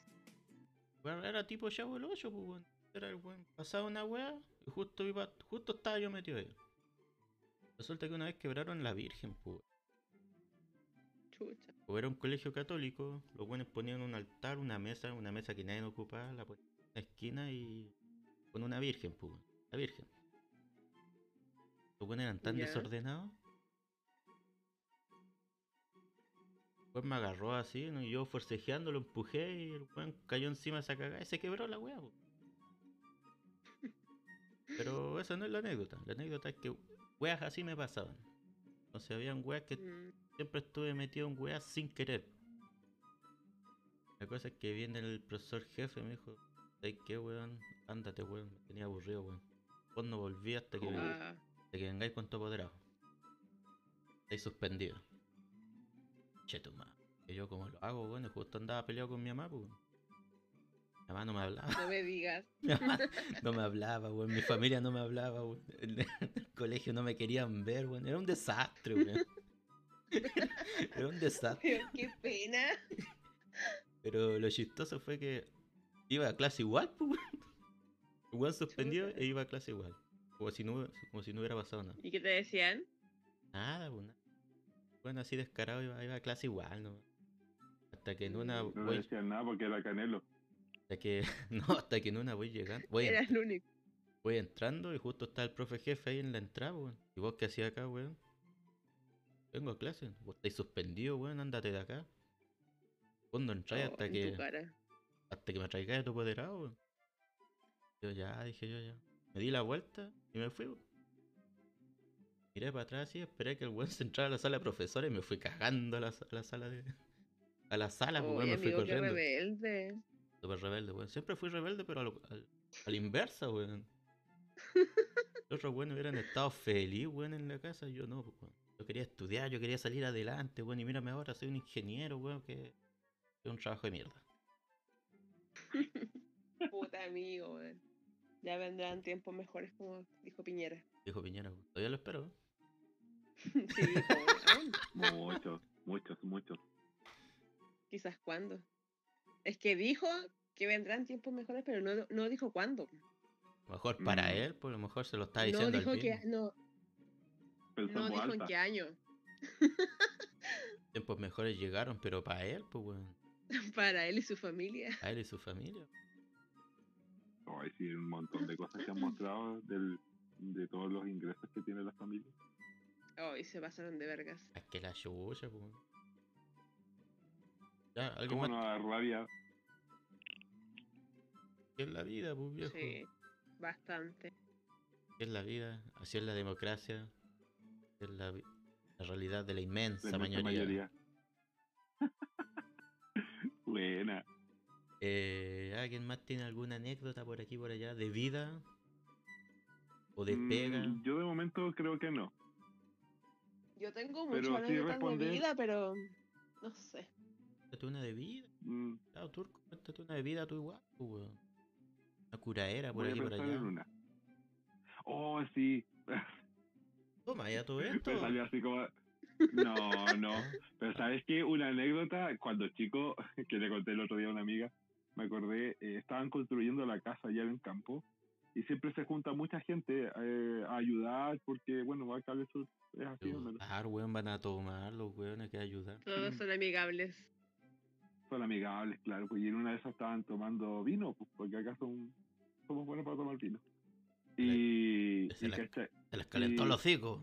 Speaker 1: weas raras tipo Chavo el Ocho, pues, weón. Era el weón. Pasaba una wea y justo, iba, justo estaba yo metido ahí. Resulta que una vez quebraron la Virgen, pues.
Speaker 2: Chucha.
Speaker 1: Como era un colegio católico, los buenos ponían un altar, una mesa, una mesa que nadie ocupaba, la ponían en una esquina y con una virgen, pues, weón, la virgen. Los buenos eran tan
Speaker 2: Ya.
Speaker 1: desordenados. Pues me agarró así, ¿no? y yo forcejeando lo empujé y el weón cayó encima de esa cagada y se quebró la weá. pues. po. Pero esa no es la anécdota. La anécdota es que weas así me pasaban. O sea, habían weas que
Speaker 2: Mm.
Speaker 1: siempre estuve metido en weas sin querer. La cosa es que viene el profesor jefe y me dijo, ¿sabes qué weón? Ándate weón, me tenía aburrido weón. Vos no volví hasta que, hasta
Speaker 2: Ah,
Speaker 1: que vengáis con tu apoderado. Estáis suspendido. Che tu ma. Que yo como lo hago weón, y justo andaba peleado con mi mamá, pues, weón. Mi mamá no me hablaba,
Speaker 2: no me digas.
Speaker 1: mi mamá no me hablaba, weón. Mi familia no me hablaba, weón. En el colegio no me querían ver, weón. Era un desastre, weón. Era un desastre.
Speaker 2: Pero qué pena.
Speaker 1: Pero lo chistoso fue que iba a clase igual, pues, weón. El weón suspendió
Speaker 2: Chuta.
Speaker 1: e iba a clase igual. Como si no, hubiera- como si no hubiera pasado nada.
Speaker 2: ¿Y qué te decían?
Speaker 1: Nada, pues, nada. Bueno, así descarado iba, iba a clase igual, ¿no? Hasta que en una
Speaker 2: Mm,
Speaker 3: No
Speaker 1: voy-
Speaker 3: le decían nada porque era Canelo.
Speaker 1: hasta que, no, hasta que en una voy llegando. Voy,
Speaker 2: Era
Speaker 1: en-
Speaker 2: el único.
Speaker 1: voy entrando y justo está el profe jefe ahí en la entrada, weón. ¿Y vos qué hacías acá, weón? Vengo a clase. Vos estáis suspendido, weón, ándate de acá. Vos no entráis
Speaker 2: Oh,
Speaker 1: hasta
Speaker 2: en
Speaker 1: que.
Speaker 2: tu cara.
Speaker 1: hasta que me traigáis tu apoderado, weón. Yo ya, dije yo ya. Me di la vuelta y me fui, weón. Miré para atrás y esperé que el weón se entrara a la sala de profesores y me fui cagando a la, sa- a la sala de. A la sala, pues,
Speaker 2: Oye,
Speaker 1: weón, me fui
Speaker 2: amigo, qué
Speaker 1: corriendo.
Speaker 2: rebelde.
Speaker 1: Súper rebelde, weón. Siempre fui rebelde, pero a, lo- al- a la inversa, weón. Los otros weones hubieran estado feliz, weón, en la casa. Yo no, pues, weón. Yo quería estudiar, yo quería salir adelante, weón. Y mírame ahora, soy un ingeniero, weón, que. que Es un trabajo de mierda.
Speaker 2: Puta amigo, weón. Ya vendrán tiempos mejores, como dijo Piñera.
Speaker 1: Dijo Piñera, weón. Todavía lo espero, ¿eh? weón.
Speaker 2: sí, como, aún,
Speaker 3: Muchos, muchos, muchos.
Speaker 2: quizás cuándo. Es que dijo que vendrán tiempos mejores, pero no, no dijo cuándo.
Speaker 1: A lo mejor para
Speaker 3: Mm.
Speaker 1: él, pues a lo mejor se lo está
Speaker 2: No
Speaker 1: diciendo al
Speaker 2: dijo que
Speaker 1: mismo.
Speaker 2: no, no
Speaker 3: Pensamos
Speaker 2: dijo en
Speaker 3: alta.
Speaker 2: qué año.
Speaker 1: Tiempos mejores llegaron, pero para él, pues weón.
Speaker 2: Para él y su familia.
Speaker 1: Para él y su familia.
Speaker 3: No, hay sí, un montón de cosas que han mostrado del, de todos los ingresos que tiene la familia.
Speaker 2: Oh, y se pasaron de vergas.
Speaker 1: Es que la chucha, pues. weón. Ya, algo
Speaker 3: ¿Cómo
Speaker 1: más
Speaker 3: nos da rabia?
Speaker 1: que es la vida, pues viejo.
Speaker 2: Sí, bastante.
Speaker 1: Que es la vida, así es la democracia. Que es la, vi- la realidad de la
Speaker 3: La
Speaker 1: inmensa
Speaker 3: inmensa
Speaker 1: mayoría.
Speaker 3: mayoría. Buena.
Speaker 1: Eh, ¿Alguien más tiene alguna anécdota por aquí por allá de vida? ¿O de pega?
Speaker 3: Mm, Yo de momento creo que no.
Speaker 2: Yo tengo
Speaker 3: Pero
Speaker 2: muchas
Speaker 3: sí
Speaker 2: anécdotas
Speaker 3: responde-
Speaker 2: de vida, pero no sé.
Speaker 1: Cuéntate una de vida.
Speaker 3: Mm,
Speaker 1: Claro, turco, cuéntate una de vida tú igual, pues weón. Una curaera por
Speaker 3: voy a
Speaker 1: aquí por
Speaker 3: pensar
Speaker 1: allá.
Speaker 3: en una. Oh, sí.
Speaker 1: Toma, ya todo esto.
Speaker 3: Me salió así como... No, no. Pero sabes que una anécdota, cuando chico, que le conté el otro día a una amiga, me acordé, eh, estaban construyendo la casa allá en el campo y siempre se junta mucha gente eh, a ayudar porque, bueno, va acá eso es así. ¿no?
Speaker 1: Ayudar, weón, van a tomar los weones que ayudar.
Speaker 2: Todos son amigables.
Speaker 3: son amigables, claro. Pues, y en una de esas estaban tomando vino, pues, porque acá son, somos buenos para tomar vino. Y,
Speaker 1: Se
Speaker 3: y este,
Speaker 1: la-
Speaker 3: ¿cachai?
Speaker 1: Se les calentó
Speaker 3: Sí.
Speaker 1: el hocico.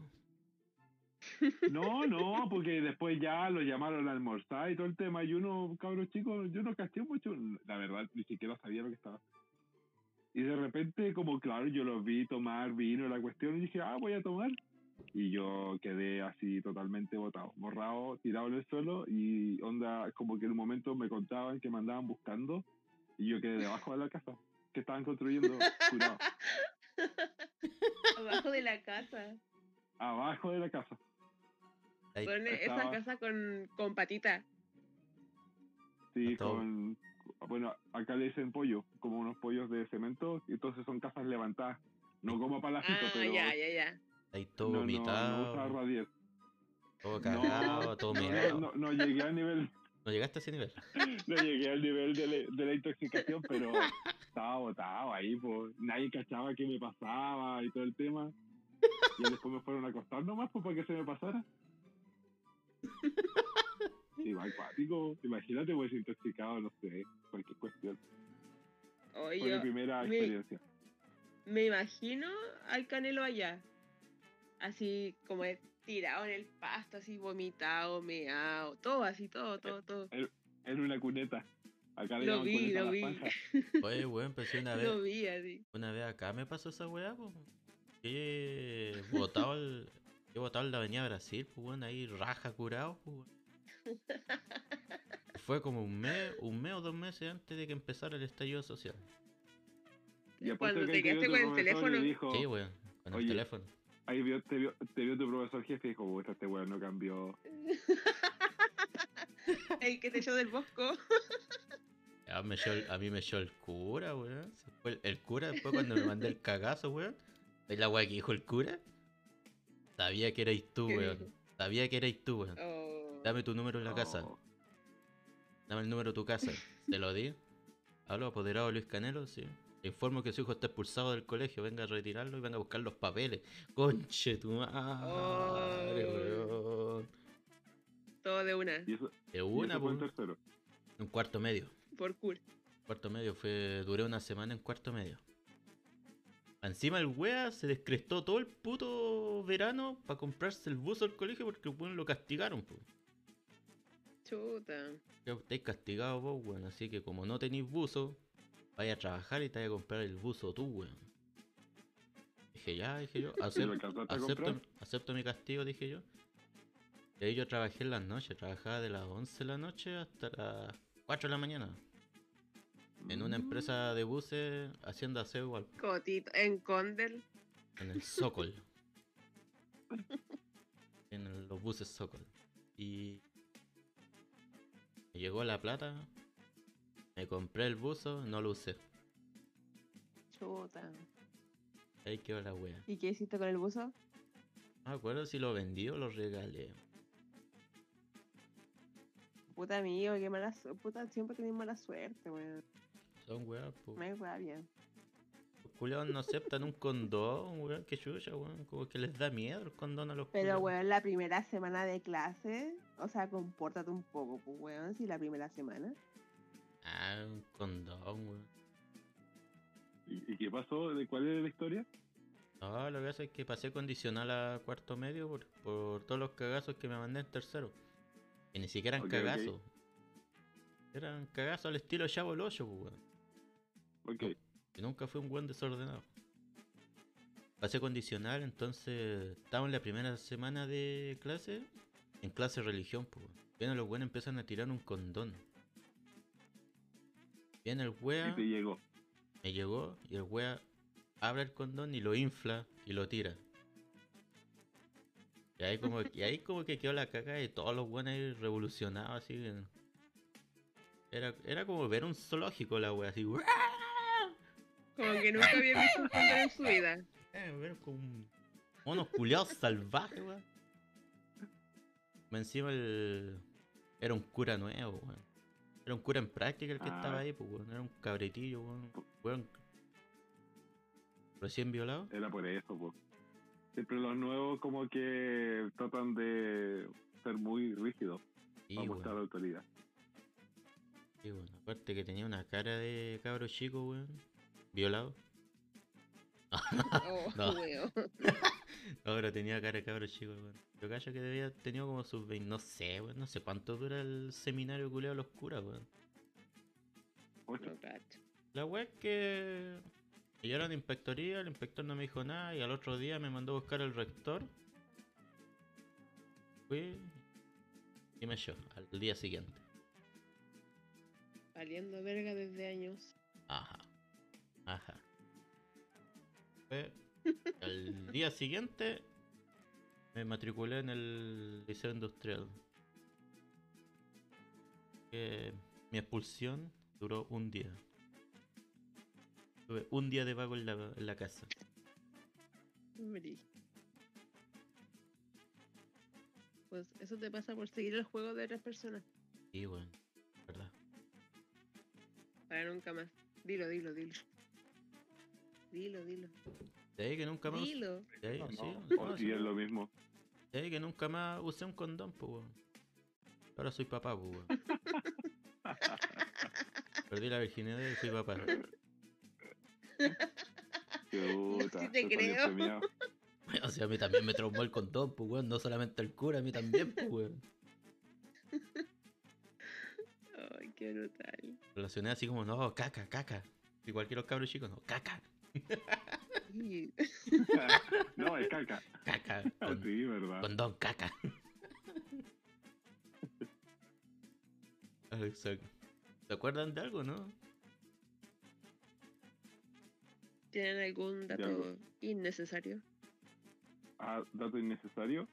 Speaker 3: No, no, porque después ya lo llamaron a almorzar y todo el tema. Y uno, cabros chicos, yo no caché mucho. La verdad, ni siquiera sabía lo que estaba. Y de repente, como claro, yo los vi tomar vino, la cuestión, y dije, ah, voy a tomar. Y yo quedé así totalmente botado, borrado, tirado en el suelo. Y onda, como que en un momento me contaban que me andaban buscando. Y yo quedé debajo de la casa que estaban construyendo, curado,
Speaker 2: Abajo de la casa.
Speaker 3: abajo de la casa.
Speaker 1: Ahí,
Speaker 2: Son esa
Speaker 3: estaba.
Speaker 2: casa con, con patita.
Speaker 3: Sí,
Speaker 1: Todo.
Speaker 3: con. Bueno, acá le dicen pollo, como unos pollos de cemento, y entonces son casas levantadas. No como palacitos,
Speaker 2: Ah,
Speaker 3: pero.
Speaker 2: ya, ya, ya.
Speaker 1: ahí todo
Speaker 3: No, no, no
Speaker 1: vomitado,
Speaker 3: usa radier.
Speaker 1: todo
Speaker 3: no,
Speaker 1: cagado, todo
Speaker 3: No,
Speaker 1: meado.
Speaker 3: no, no llegué al nivel,
Speaker 1: No llegaste a ese nivel.
Speaker 3: no llegué al nivel de, la- de la intoxicación, pero estaba botado ahí, pues. Nadie cachaba qué me pasaba y todo el tema. Y después me fueron a acostar nomás, pues, para que se me pasara. Igual, acuático, imagínate, pues, intoxicado, no sé, cualquier cuestión.
Speaker 2: Oye,
Speaker 3: Fue mi primera
Speaker 2: mi-
Speaker 3: experiencia.
Speaker 2: me imagino al Canelo allá. Así como de- tirado en el pasto, así vomitado, meado, todo así, todo, todo, todo.
Speaker 3: en una cuneta. Acá le
Speaker 2: Lo
Speaker 3: llaman
Speaker 2: vi,
Speaker 3: cuneta a
Speaker 2: lo
Speaker 3: las
Speaker 2: vi.
Speaker 3: panjas.
Speaker 1: Oye, weón, pero si una vez,
Speaker 2: Lo vi así.
Speaker 1: una vez acá me pasó esa weá, po. Que he botado el. He botado en la avenida Brasil, pues weón, ahí raja curado, pues weón. Fue como un mes, un mes o dos meses antes de que empezara el estallido social.
Speaker 3: Y apuesto
Speaker 2: Cuando
Speaker 3: que
Speaker 2: te
Speaker 3: ahí
Speaker 2: quedaste
Speaker 3: vio
Speaker 2: con
Speaker 3: tu
Speaker 2: el
Speaker 3: profesor y
Speaker 2: teléfono.
Speaker 3: dijo-
Speaker 1: Sí, weón, con el
Speaker 3: Oye.
Speaker 1: teléfono.
Speaker 3: ahí vio, te, vio, te vio tu profesor jefe y dijo, "Puta, este weón no cambió.
Speaker 2: El que te echó del bosco.
Speaker 1: Ah, me echó el- a mí me echó el cura, weón. Se fue el, el cura después cuando me mandé el cagazo, weón. ¿Ves la weá que dijo el cura? Sabía que erais tú,
Speaker 2: ¿Qué
Speaker 1: weón.
Speaker 2: dijo?
Speaker 1: Sabía que erais tú, weón.
Speaker 2: Oh.
Speaker 1: Dame tu número en la casa.
Speaker 3: Oh,
Speaker 1: Dame el número de tu casa. Se lo di. Hablo apoderado Luis Canelo, sí. Le informo que su hijo está expulsado del colegio. Venga a retirarlo y venga a buscar los papeles. Conche tu madre,
Speaker 2: Oh.
Speaker 1: weón.
Speaker 2: Todo de una.
Speaker 3: Y eso,
Speaker 1: De
Speaker 3: y
Speaker 1: una, pues,
Speaker 3: eso fue el
Speaker 1: weón.
Speaker 3: tercero.
Speaker 1: Un cuarto medio.
Speaker 2: Por cur.
Speaker 1: Cuarto medio fue. Duré una semana en cuarto medio. Encima el wea se descrestó todo el puto verano para comprarse el buzo al colegio porque el weón lo castigaron, pues. po.
Speaker 2: Chuta.
Speaker 1: Ya estáis castigados vos, weón. Así que como no tenéis buzo, vaya a trabajar y te vaya a comprar el buzo tú, weón. Dije ya, dije yo,
Speaker 3: ¿Te lo
Speaker 1: acepto,
Speaker 3: alcanzaste a
Speaker 1: acepto,
Speaker 3: comprar?
Speaker 1: acepto mi castigo, dije yo. Y ahí yo trabajé en las noches, trabajaba de las 11 de la noche hasta las 4 de la mañana. En
Speaker 3: Mm.
Speaker 1: una empresa de buses haciendo aseo igual,
Speaker 2: Cotito. En Condel.
Speaker 1: en el Socol. en el- los buses Socol. Y me llegó la plata, me compré el buzo, no lo usé.
Speaker 2: Chuta.
Speaker 1: Ahí quedó la wea.
Speaker 2: ¿Y qué hiciste con el buzo?
Speaker 1: No me acuerdo si lo vendí o lo regalé.
Speaker 2: Puta mío, qué mala su- Puta, siempre tenés mala suerte, weón.
Speaker 1: Son weas, po.
Speaker 2: Me da rabia.
Speaker 1: Los culiados no aceptan un condón, weón, que chucha, weón. Como que les da miedo el condón a los
Speaker 2: Pero,
Speaker 1: culiados.
Speaker 2: weón, la primera semana de clase, o sea, compórtate un poco, pues, weón, si la primera semana.
Speaker 1: Ah, un condón, weón.
Speaker 3: ¿Y, y qué pasó? ¿De cuál es la historia?
Speaker 1: No, lo que pasa es que pasé condicional a cuarto medio por, por todos los cagazos que me mandé en tercero. Que ni siquiera eran
Speaker 3: Ok, ok.
Speaker 1: cagazos. Eran cagazos al estilo Chavo el Hoyo, pues, weón.
Speaker 3: Ok.
Speaker 1: Que nunca fui un buen desordenado. Pasé condicional, entonces estaba en la primera semana de clase, en clase de religión, pues. weón. Vienen los buenos empiezan a tirar un condón. Viene el wea,
Speaker 3: pues, Y te llegó.
Speaker 1: me llegó y el wea abre el condón y lo infla y lo tira. Y ahí como, y ahí como que quedó la caca de todos los buenos ahí revolucionados así. en- Era, era como ver un zoológico la wea así. ¡guau!
Speaker 2: Como que nunca había visto un condón en su vida.
Speaker 1: Eh, ver con monos culiados salvajes, weón. Más Encima el. Era un cura nuevo, weón. Era un cura en práctica el que
Speaker 3: Ah.
Speaker 1: estaba ahí, pues, weón. Era un cabretillo, weón. Weón. Recién violado.
Speaker 3: Era por eso, pues. Siempre los nuevos como que tratan de ser muy rígidos
Speaker 1: Y,
Speaker 3: para
Speaker 1: weón.
Speaker 3: mostrar autoridad.
Speaker 1: Sí, bueno, aparte que tenía una cara de cabro chico, weón. Violado.
Speaker 2: Oh,
Speaker 1: No.
Speaker 2: weón.
Speaker 1: Ahora tenía cara de cabro chico, weón. Yo callo que debía haber tenido como sus 20, no sé, weón, no sé cuánto dura el seminario culeado de los curas, weón.
Speaker 3: Ocho.
Speaker 2: No cacho.
Speaker 1: La weá es que llegaron a inspectoría, el inspector no me dijo nada y al otro día me mandó a buscar al rector. Fui y me echó al día siguiente.
Speaker 2: Valiendo verga desde años.
Speaker 1: Ajá. Ajá. Fue al día siguiente me matriculé en el liceo industrial. Que mi expulsión duró un día. Tuve un día de vago en la, en la casa.
Speaker 2: Bri. Pues eso te pasa por seguir el juego de otras personas.
Speaker 1: Y bueno, verdad.
Speaker 2: Para nunca más. Dilo, dilo, dilo. Dilo, dilo.
Speaker 1: De ahí que nunca más.
Speaker 2: Dilo.
Speaker 1: De ahí,
Speaker 3: No,
Speaker 1: sí,
Speaker 3: no,
Speaker 1: no,
Speaker 3: y
Speaker 1: sí.
Speaker 3: es lo mismo.
Speaker 1: De ahí que nunca más usé un condón, pues weón. Ahora soy papá, pues weón. Perdí la virginidad y soy papá.
Speaker 3: Qué puta,
Speaker 2: sí te
Speaker 3: yo también
Speaker 2: creo.
Speaker 3: premiado.
Speaker 1: O sea, a mí también me traumó el condón, pues, weón. No solamente el cura, a mí también, pues, weón.
Speaker 2: Ay, qué brutal.
Speaker 1: Relacioné así como, no, caca, caca. Igual que los cabros chicos, no, caca,
Speaker 2: Y-
Speaker 3: no, es caca.
Speaker 1: caca.
Speaker 3: Ah,
Speaker 1: con-
Speaker 3: Sí, verdad.
Speaker 1: condón, caca. Ah, Exacto. ¿Se acuerdan de algo, no?
Speaker 2: ¿Tienen algún dato
Speaker 3: algo.
Speaker 2: innecesario?
Speaker 3: Ah, dato innecesario.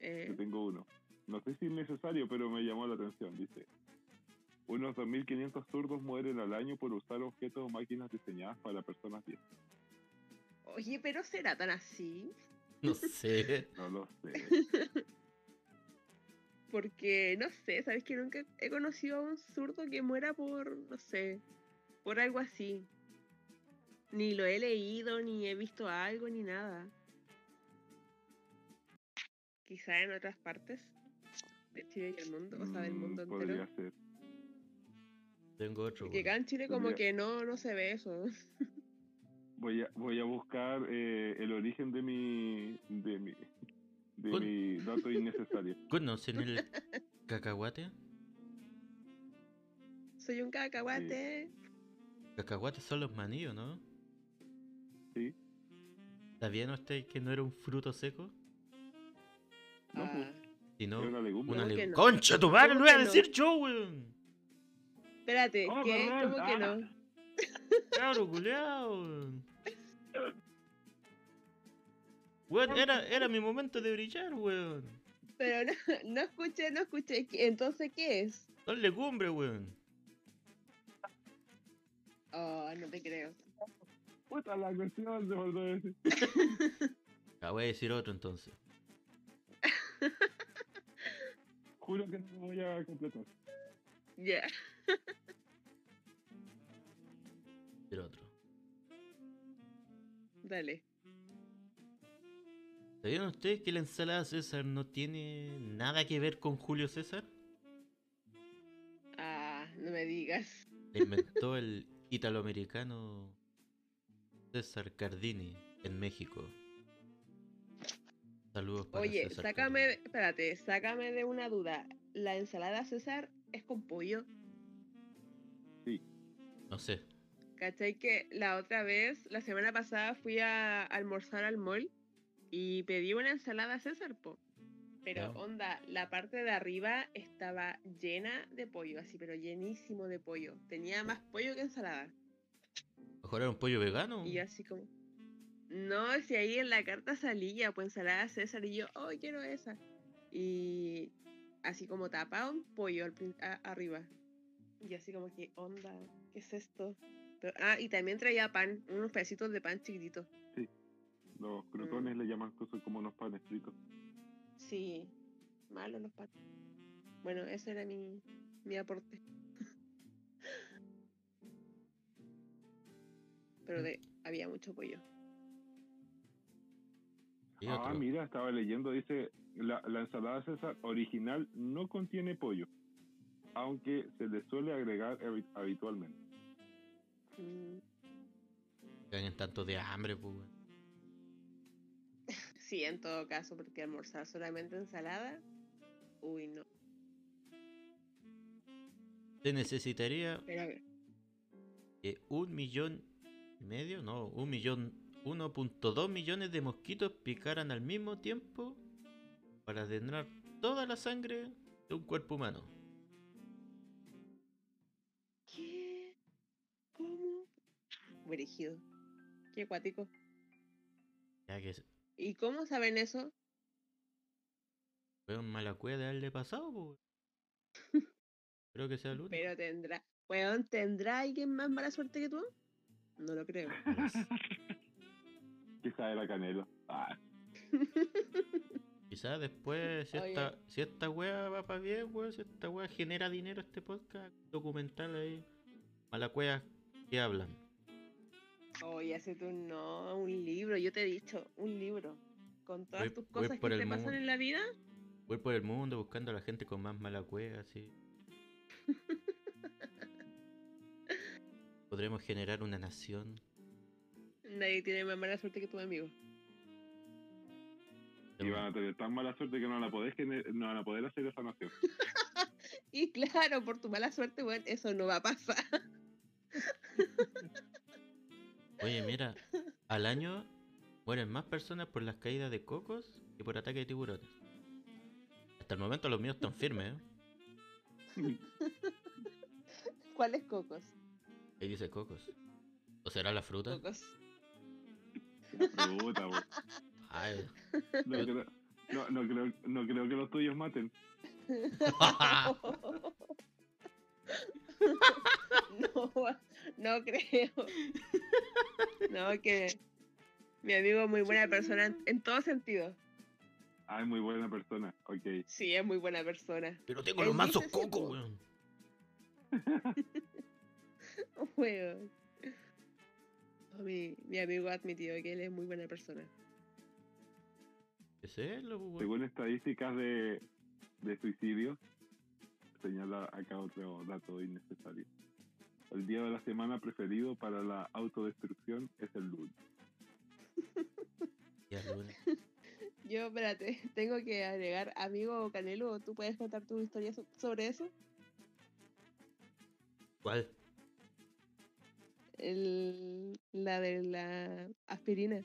Speaker 2: Eh,
Speaker 3: Yo tengo uno. No sé si es necesario, pero me llamó la atención. Dice: Unos 2.500 zurdos mueren al año por usar objetos o máquinas diseñadas para personas ciegas.
Speaker 2: Oye, pero será tan así.
Speaker 1: No sé.
Speaker 3: No lo sé.
Speaker 2: Porque, no sé, sabes que nunca he conocido a un zurdo que muera por, no sé, por algo así. Ni lo he leído, ni he visto algo, ni nada. Quizá en otras partes de Chile y el mundo, o sea, del
Speaker 3: Mm,
Speaker 2: mundo entero.
Speaker 3: Podría ser.
Speaker 1: Tengo otro,
Speaker 2: Que acá
Speaker 1: weón.
Speaker 2: en Chile como
Speaker 3: Podría.
Speaker 2: que no, no se ve eso.
Speaker 3: Voy a, voy a buscar eh, el origen de mi. de mi. de
Speaker 1: Con-
Speaker 3: mi dato innecesario.
Speaker 1: ¿Conocen el cacahuate?
Speaker 2: Soy un cacahuate.
Speaker 1: Cacahuates son los maníos, ¿no?
Speaker 3: Sí.
Speaker 1: ¿Sabían ustedes que no era un fruto seco?
Speaker 3: No, pues,
Speaker 2: Ah,
Speaker 1: Sino
Speaker 3: Es una legumbre.
Speaker 1: una
Speaker 2: ¿Cómo
Speaker 1: legumbre.
Speaker 2: que no?
Speaker 1: ¡Concha tu madre!
Speaker 2: ¿Cómo
Speaker 1: ¡Lo voy a
Speaker 2: que no?
Speaker 1: decir yo, weón!
Speaker 2: espérate,
Speaker 3: Oh,
Speaker 2: ¿qué?
Speaker 3: perdón,
Speaker 2: ¿Cómo que
Speaker 3: ah.
Speaker 2: no?
Speaker 1: Cabro culeado, weón. Weón, era, era mi momento de brillar, weón.
Speaker 2: Pero no, no escuché, no escuché. ¿Qué- Entonces, ¿qué es?
Speaker 1: Son legumbres, weón.
Speaker 2: Oh, no te creo.
Speaker 3: Puta la cuestión, te faltó decir.
Speaker 1: Ah, voy a decir otro entonces.
Speaker 3: Juro que no lo voy a completar.
Speaker 2: Ya.
Speaker 1: voy a Decir otro.
Speaker 2: Dale.
Speaker 1: ¿Sabían ustedes que la ensalada César no tiene nada que ver con Julio César?
Speaker 2: Ah, no me digas.
Speaker 1: La inventó el italoamericano César Cardini en México. Saludos para
Speaker 2: Oye,
Speaker 1: César
Speaker 2: sácame,
Speaker 1: Cardini.
Speaker 2: espérate, sácame de una duda. ¿La ensalada César es con pollo?
Speaker 1: No sé.
Speaker 2: ¿Cachai que la otra vez, la semana pasada, fui a almorzar al mall y pedí una ensalada César, po? Pero
Speaker 1: Ya.
Speaker 2: onda, la parte de arriba estaba llena de pollo, así, pero llenísimo de pollo. Tenía más pollo que ensalada.
Speaker 1: Mejor era un pollo vegano.
Speaker 2: Y yo así como, no, si ahí en la carta salía, pues ensalada César, y yo, oh, quiero esa. Y así como tapaba un pollo al prin- a- arriba. Y así como, ¿qué onda? ¿Qué es esto? Pero- ah, y también traía pan, unos pedacitos de pan chiquititos.
Speaker 3: Los crotones le llaman cosas como unos panes fritos.
Speaker 2: Sí, malos los panes. Bueno, ese era mi, mi aporte. Pero de, había mucho pollo.
Speaker 1: Y
Speaker 3: ah,
Speaker 1: otro.
Speaker 3: mira, estaba leyendo, dice, la, la ensalada César original no contiene pollo. aunque se le suele agregar habi- habitualmente.
Speaker 2: Mm,
Speaker 1: Ganen tanto de hambre, pues, weón.
Speaker 2: Sí, en todo caso, porque almorzar solamente ensalada. Uy, no.
Speaker 1: Se necesitaría
Speaker 2: Pero a ver,
Speaker 1: eh, un millón y medio, no, un millón, 1.2 millones de mosquitos picaran al mismo tiempo para drenar toda la sangre de un cuerpo humano.
Speaker 2: ¿Qué? ¿Cómo? Brígido. Qué acuático.
Speaker 1: Ya que se-
Speaker 2: ¿Y cómo saben eso?
Speaker 1: fue un mala cueva de haberle pasado, pues. weón. Creo que sea el único.
Speaker 2: Pero tendrá. Weón, ¿tendrá alguien más mala suerte que tú? No lo creo.
Speaker 3: Quizá era canela. Ah,
Speaker 1: Quizás después, si
Speaker 2: Oye.
Speaker 1: esta, si esta wea va para bien, weón, si esta wea genera dinero este podcast, documental ahí, malacueas que hablan.
Speaker 2: Oye, hace tú no, un libro, yo te he dicho, un libro. Con todas
Speaker 1: Voy-
Speaker 2: tus
Speaker 1: voy
Speaker 2: cosas que
Speaker 1: por el
Speaker 2: te pasan
Speaker 1: mundo.
Speaker 2: en la vida,
Speaker 1: Voy por el mundo buscando a la gente con más mala cueva, así. Podremos generar una nación.
Speaker 2: nadie tiene más mala suerte que tu amigo.
Speaker 3: y van a tener tan mala suerte que no van a poder, gener- no van a poder hacer esa nación.
Speaker 2: Y claro, por tu mala suerte, bueno, eso no va a pasar.
Speaker 1: Oye, mira, al año mueren más personas por las caídas de cocos que por ataques de tiburones. Hasta el momento los míos están firmes, ¿eh?
Speaker 2: ¿Cuáles cocos?
Speaker 1: Ahí dice cocos. ¿O será la fruta?
Speaker 2: Cocos.
Speaker 3: La fruta, po.
Speaker 1: Ay.
Speaker 3: No creo, no, no creo, no creo que los tuyos maten.
Speaker 1: Ah.
Speaker 2: no, no creo. No, que mi amigo es muy buena persona en- en todo sentido.
Speaker 3: Ah, es muy buena persona. Ok.
Speaker 2: Sí, es muy buena persona.
Speaker 1: Pero tengo
Speaker 2: Él
Speaker 1: los mansos
Speaker 2: dice sí,
Speaker 1: cocos,
Speaker 2: po.
Speaker 1: weón.
Speaker 2: Weón. Mi, mi amigo ha admitido que él es muy buena persona.
Speaker 1: ¿Qué es eso, weón?
Speaker 3: Según estadísticas de, de suicidio, señala acá otro dato innecesario. El día de la semana preferido para la autodestrucción es el lunes.
Speaker 1: Ya, weón.
Speaker 2: Yo, espérate, tengo que agregar, amigo Canelo, ¿tú puedes contar tu historia so- sobre eso?
Speaker 1: ¿Cuál?
Speaker 2: El, la de la aspirina.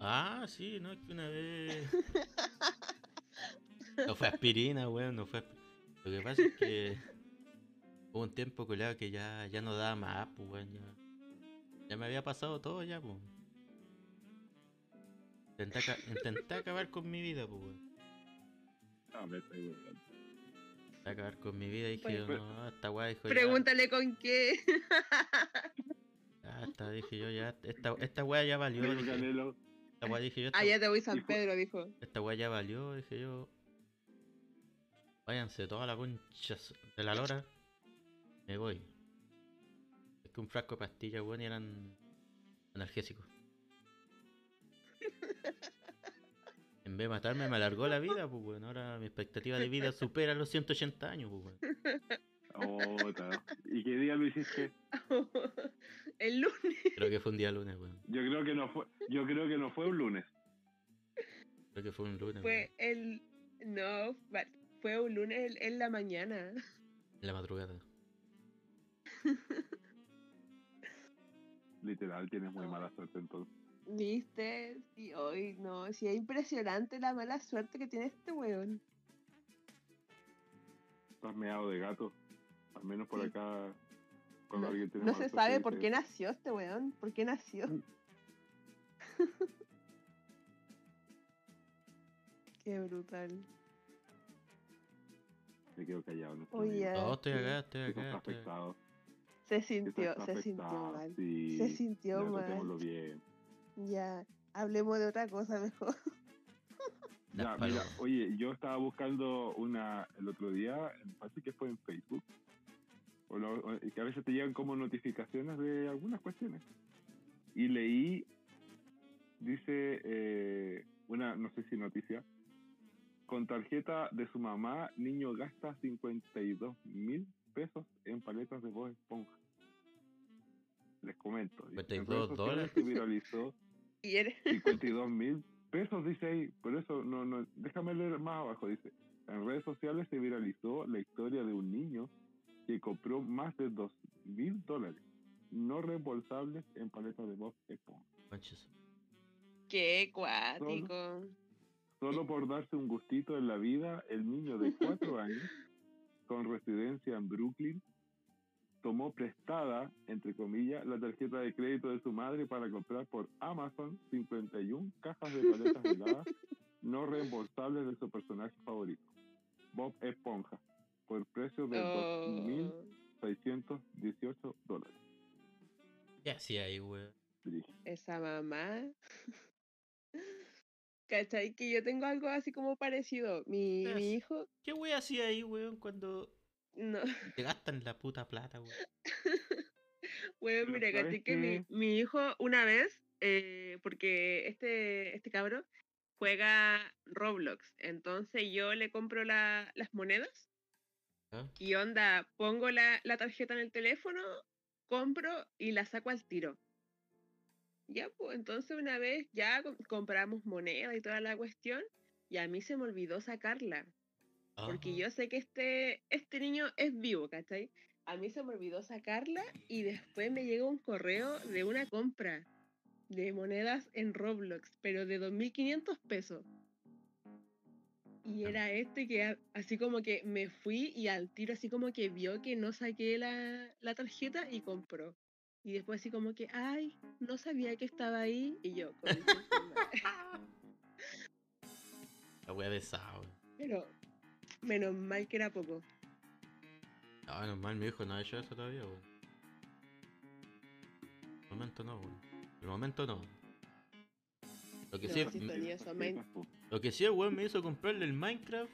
Speaker 1: Ah, sí, no, es que una vez. No fue aspirina, weón, no fue. asp- Lo que pasa es que. Hubo un tiempo, culiao, que ya, ya no daba más, pues, weón. Ya, ya me había pasado todo, ya, pues. Intenté, aca- intenté acabar con mi vida, pues, weón.
Speaker 3: Ah, me estoy weando.
Speaker 1: Intenté acabar con mi vida y dije,
Speaker 2: Pues-
Speaker 1: no, esta weá, dijo ya.
Speaker 2: Pregúntale con qué.
Speaker 1: ya está", dije yo, ya. Esta, esta weá ya valió.
Speaker 3: Amigo
Speaker 1: dije,
Speaker 3: Canelo,
Speaker 1: esta weá, dije yo, esta,
Speaker 2: Allá Ah, te voy San
Speaker 3: Y fue-
Speaker 2: Pedro, dijo.
Speaker 1: Esta weá ya valió, dije yo. Váyanse toda la concha su- de la lora. Me voy. Es que un frasco de pastillas, weón, y eran analgésicos. En vez de matarme, me alargó la vida, pues, weón. Ahora mi expectativa de vida supera los 180 años, pues, weón.
Speaker 3: oh, ta. ¿Y qué día lo hiciste?
Speaker 2: El lunes.
Speaker 1: Creo que fue un día lunes, weón.
Speaker 3: Yo creo que no fue, yo creo que no fue un lunes.
Speaker 1: Creo que fue un lunes, weón.
Speaker 2: Fue el. No, fa- fue un lunes en- en la mañana.
Speaker 1: En la madrugada.
Speaker 3: Literal, tienes
Speaker 2: Ah.
Speaker 3: muy mala suerte entonces.
Speaker 2: ¿Viste? Sí, hoy no. Sí, es impresionante la mala suerte que tiene este weón.
Speaker 3: Estás meado de gato. Al menos por
Speaker 2: Sí.
Speaker 3: acá, cuando
Speaker 2: No,
Speaker 3: alguien tiene
Speaker 2: no
Speaker 3: mala
Speaker 2: se
Speaker 3: suerte, Mm.
Speaker 2: sabe por
Speaker 3: dice,
Speaker 2: qué nació este weón. ¿Por qué nació? qué brutal.
Speaker 3: Me quedo callado. No sé,
Speaker 2: Oye,
Speaker 3: amigo.
Speaker 1: Oh, estoy
Speaker 2: Ah, sí.
Speaker 1: acá, estoy
Speaker 3: Eso está
Speaker 1: acá, estoy acá.
Speaker 3: afectado.
Speaker 2: Se
Speaker 3: eso
Speaker 2: sintió,
Speaker 3: está
Speaker 2: se sintió
Speaker 3: afectado,
Speaker 2: mal.
Speaker 3: sí.
Speaker 2: Se sintió
Speaker 3: Ya,
Speaker 2: mal.
Speaker 3: tratémoslo bien.
Speaker 2: Ya, hablemos de otra cosa mejor.
Speaker 1: Las
Speaker 3: Ya, mira,
Speaker 1: palomas.
Speaker 3: oye, yo estaba buscando una el otro día, me parece que fue en Facebook, o lo- o- que a veces te llegan como notificaciones de algunas cuestiones. Y leí, dice eh, una, no sé si noticia, Con tarjeta de su mamá, niño gasta 52 mil pesos en paletas de Bob Esponja. Les comento. En redes
Speaker 1: 52
Speaker 3: sociales
Speaker 1: dólares.
Speaker 3: Se viralizó
Speaker 2: Y eres
Speaker 3: 52 mil pesos, dice ahí. Por eso, no, no, déjame leer más abajo, dice. En redes sociales se viralizó la historia de un niño que compró más de 2 mil dólares no reembolsables en paletas de Bob Esponja.
Speaker 1: Conches.
Speaker 2: qué cuático.
Speaker 3: Solo por darse un gustito en la vida, el niño de 4 años, con residencia en Brooklyn, tomó prestada, entre comillas, la tarjeta de crédito de su madre para comprar por Amazon 51 cajas de paletas heladas no reembolsables de su personaje favorito, Bob Esponja, por precio de
Speaker 2: Oh,
Speaker 3: 2.618 dólares.
Speaker 1: ¿Qué hacía ahí, weón?
Speaker 3: Dirige.
Speaker 2: esa mamá. ¿Cachai? Que yo tengo algo así como parecido. Mi,
Speaker 1: Es-
Speaker 2: mi hijo,
Speaker 1: ¿Qué weón hacía ahí, weón, cuando
Speaker 2: no.
Speaker 1: te gastan la puta plata, weón?
Speaker 2: Bueno,
Speaker 3: Pero
Speaker 2: mira,
Speaker 3: ¿sabes
Speaker 2: caché que mi,
Speaker 3: qué?
Speaker 2: mi hijo una vez, eh, porque este, este cabro juega Roblox, entonces yo le compro la- las monedas
Speaker 1: ¿Ah?
Speaker 2: y onda, pongo la, la tarjeta en el teléfono, compro y la saco al tiro. Ya, pues entonces una vez ya com- compramos moneda y toda la cuestión y a mí se me olvidó sacarla. Porque
Speaker 1: Ah.
Speaker 2: yo sé que este, este niño es vivo, ¿cachai? A mí se me olvidó sacarla y después me llegó un correo de una compra de monedas en Roblox, pero de 2.500 pesos. Y era este que a- así como que me fui y al tiro así como que vio que no saqué la, la tarjeta y compró. Y después así como que, ay, no sabía que estaba ahí. Y yo, "Concha su madre".
Speaker 1: La weá de esa, weón.
Speaker 2: pero menos mal que era poco.
Speaker 1: Ah, normal, mi hijo no ha hecho eso todavía, weón. De momento no, weón. De momento no. Lo que,
Speaker 2: No,
Speaker 1: sí,
Speaker 2: sí
Speaker 1: me-
Speaker 2: estoy- Tedioso, men.
Speaker 3: Tarjetas, po.
Speaker 1: lo que sí, weón, me hizo comprarle el Minecraft.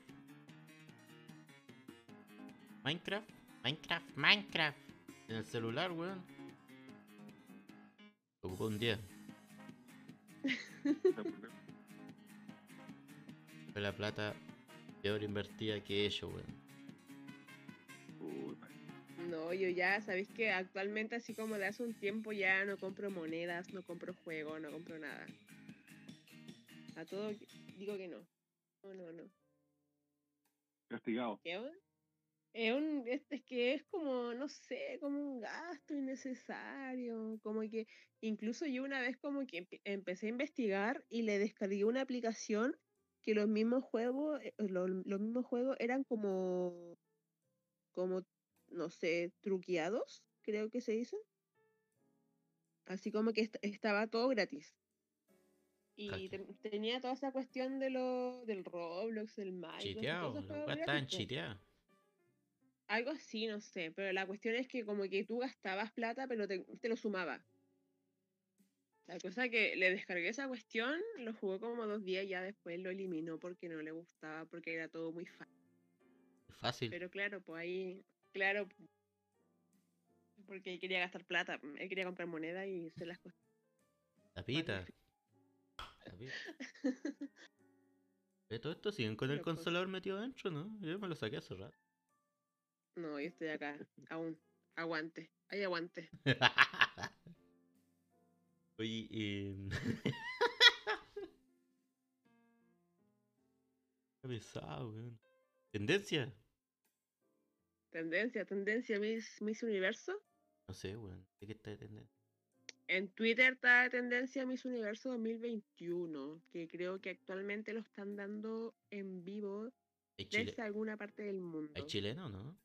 Speaker 1: Minecraft, Minecraft, Minecraft. En el celular, weón. Lo ocupó un día. Fue la plata peor invertida que he hecho, weón.
Speaker 3: Puta.
Speaker 2: No, yo ya, sabéis que actualmente, así como de hace un tiempo, ya no compro monedas, no compro juego, no compro nada. A todo que- digo que no. No, no, no.
Speaker 3: Castigado.
Speaker 2: ¿Qué onda? Es, un- es- es que es como, no sé, como un gasto innecesario. Como que incluso yo una vez como que empe- empecé a investigar y le descargué una aplicación que los mismos juegos, eh, lo- los mismos juegos eran como, como, no sé, truqueados, creo que se dice. Así como que est- estaba todo gratis.
Speaker 1: Ah,
Speaker 2: Y
Speaker 1: Cacha.
Speaker 2: te- tenía toda esa cuestión de lo, del Roblox, del Minecraft, de todos
Speaker 1: Chiteado,
Speaker 2: esos
Speaker 1: la
Speaker 2: juegos
Speaker 1: weá estaban
Speaker 2: gratis, po.
Speaker 1: chiteadas.
Speaker 2: Algo así, no sé, pero la cuestión es que como que tú gastabas plata, pero te, te lo sumaba. La cosa que le descargué esa cuestión, lo jugó como dos días y ya después lo eliminó porque no le gustaba, porque era todo muy fácil.
Speaker 1: Fácil.
Speaker 2: Pero claro, pues ahí, claro, porque él quería gastar plata, él quería comprar moneda y hacer las cosas.
Speaker 1: Tapita. Tapita. Pero todo esto siguen con el
Speaker 2: Pero pues-
Speaker 1: consolador metido adentro, ¿no? Yo me lo saqué hace rato.
Speaker 2: No, yo estoy acá, aún, aguante, ahí aguante.
Speaker 1: Oye, eh... Qué pesado, weón. ¿Tendencia?
Speaker 2: Tendencia, tendencia, Miss, Miss Universo.
Speaker 1: No sé, weón. ¿De qué está de tendencia?
Speaker 2: En Twitter está de tendencia Miss Universo 2021, que creo que actualmente lo están dando en vivo
Speaker 1: ¿Hay, chile...
Speaker 2: desde alguna parte del mundo.
Speaker 1: ¿Hay chileno o no?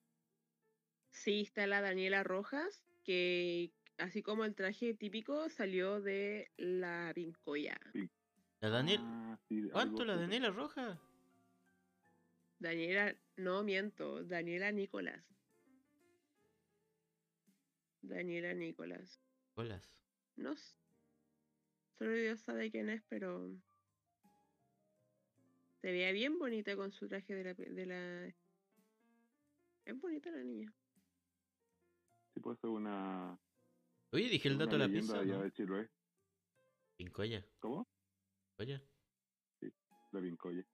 Speaker 2: Sí, está la Daniela Rojas, que así como el traje típico salió de la Vincoya.
Speaker 1: ¿La Daniel?
Speaker 3: Ah, sí, algo
Speaker 1: ¿Cuánto la
Speaker 3: así.
Speaker 1: Daniela Roja?
Speaker 2: Daniela, no miento, Daniela Nicolás. Daniela Nicolás.
Speaker 1: Colas.
Speaker 2: No s- Solo Dios sabe quién es, pero. Se veía bien bonita con su traje de la. pe- De la... Es bonita la niña.
Speaker 3: Sí, puede ser una.
Speaker 1: Oye, dije el
Speaker 3: una
Speaker 1: dato de la
Speaker 3: leyenda
Speaker 1: pizza.
Speaker 3: allá
Speaker 1: ¿no?
Speaker 3: de Chiloé.
Speaker 1: Pincoya,
Speaker 3: ¿Cómo?
Speaker 1: coya.
Speaker 3: La Vincoya.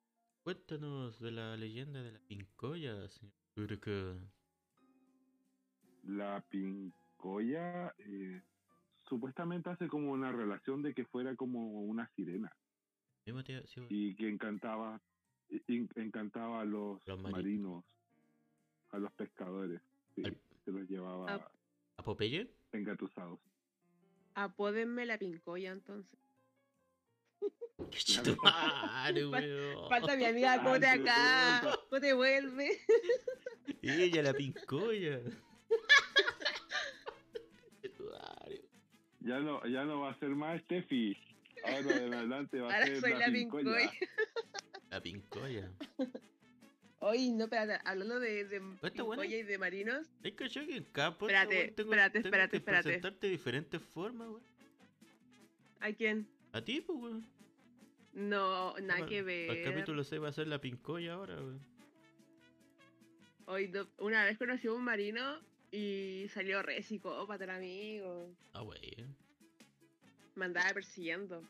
Speaker 1: Cuéntanos de la leyenda de la pincoya, señor Turco.
Speaker 3: La pincoya eh, supuestamente hace como una relación de que fuera como una sirena
Speaker 1: Sí, Mateo, sí,
Speaker 3: y que encantaba, en- encantaba a los,
Speaker 1: Los marinos.
Speaker 3: marinos. a los pescadores. sí,
Speaker 1: Al-
Speaker 3: se los llevaba
Speaker 2: Ah.
Speaker 1: ¿A Popeye?
Speaker 3: engatusados.
Speaker 2: Apódenme la pincoya entonces.
Speaker 1: ¡Qué chito madre, weón!
Speaker 2: Falta mi amiga Cote
Speaker 3: Ay, qué
Speaker 2: acá.
Speaker 3: tonta.
Speaker 2: Cote vuelve.
Speaker 1: ¡Ella, la pincoya! Qué tu madre.
Speaker 3: Ya no, ya no va a ser más Steffi. Ahora en adelante va a
Speaker 2: Ahora
Speaker 3: ser
Speaker 2: soy
Speaker 3: la,
Speaker 2: la
Speaker 3: pincoya.
Speaker 2: pincoya.
Speaker 1: La pincoya.
Speaker 2: Oye, no, espérate, hablando de, de
Speaker 1: está buena.
Speaker 2: pincoya y de marinos,
Speaker 1: Es que yo que en cada podcast,
Speaker 2: Espérate,
Speaker 1: weón, tengo,
Speaker 2: espérate,
Speaker 1: tengo
Speaker 2: espérate,
Speaker 1: que
Speaker 2: espérate.
Speaker 1: presentarte de diferentes formas, weón.
Speaker 2: ¿a quién?
Speaker 1: A ti, pues, weón.
Speaker 2: No, nada
Speaker 1: Para-
Speaker 2: que
Speaker 1: para
Speaker 2: ver.
Speaker 1: El capítulo 6 va a ser la pincoya ahora, weón.
Speaker 2: Hoy do- una vez conocí a un marino y salió re psicópata el amigo.
Speaker 1: Ah, weón.
Speaker 2: Me andaba persiguiendo.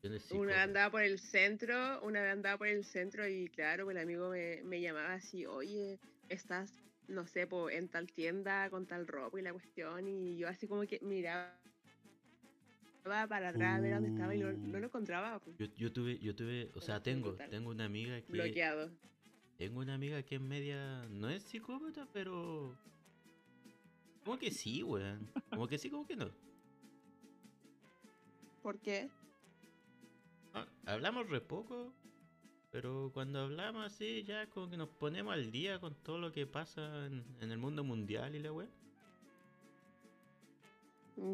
Speaker 1: Tiene
Speaker 2: una
Speaker 1: psicópata.
Speaker 2: vez andaba por el centro, una vez andaba por el centro y claro, el amigo me, me llamaba así, oye, estás, no sé, po, en tal tienda con tal ropa y la cuestión. Y yo así como que miraba para atrás a ver dónde estaba y no,
Speaker 1: Uh.
Speaker 2: no lo encontraba. po.
Speaker 1: Yo, yo tuve, yo tuve, o sea,
Speaker 2: Pero
Speaker 1: tengo,
Speaker 2: brutal.
Speaker 1: tengo una amiga que,
Speaker 2: Bloqueado.
Speaker 1: tengo una amiga que es media, no es psicópata, pero, como que sí, weón, como que sí, como que no.
Speaker 2: ¿Por qué?
Speaker 1: Ah, Hablamos re poco, pero cuando hablamos así, ya como que nos ponemos al día con todo lo que pasa en, en el mundo mundial y la weón.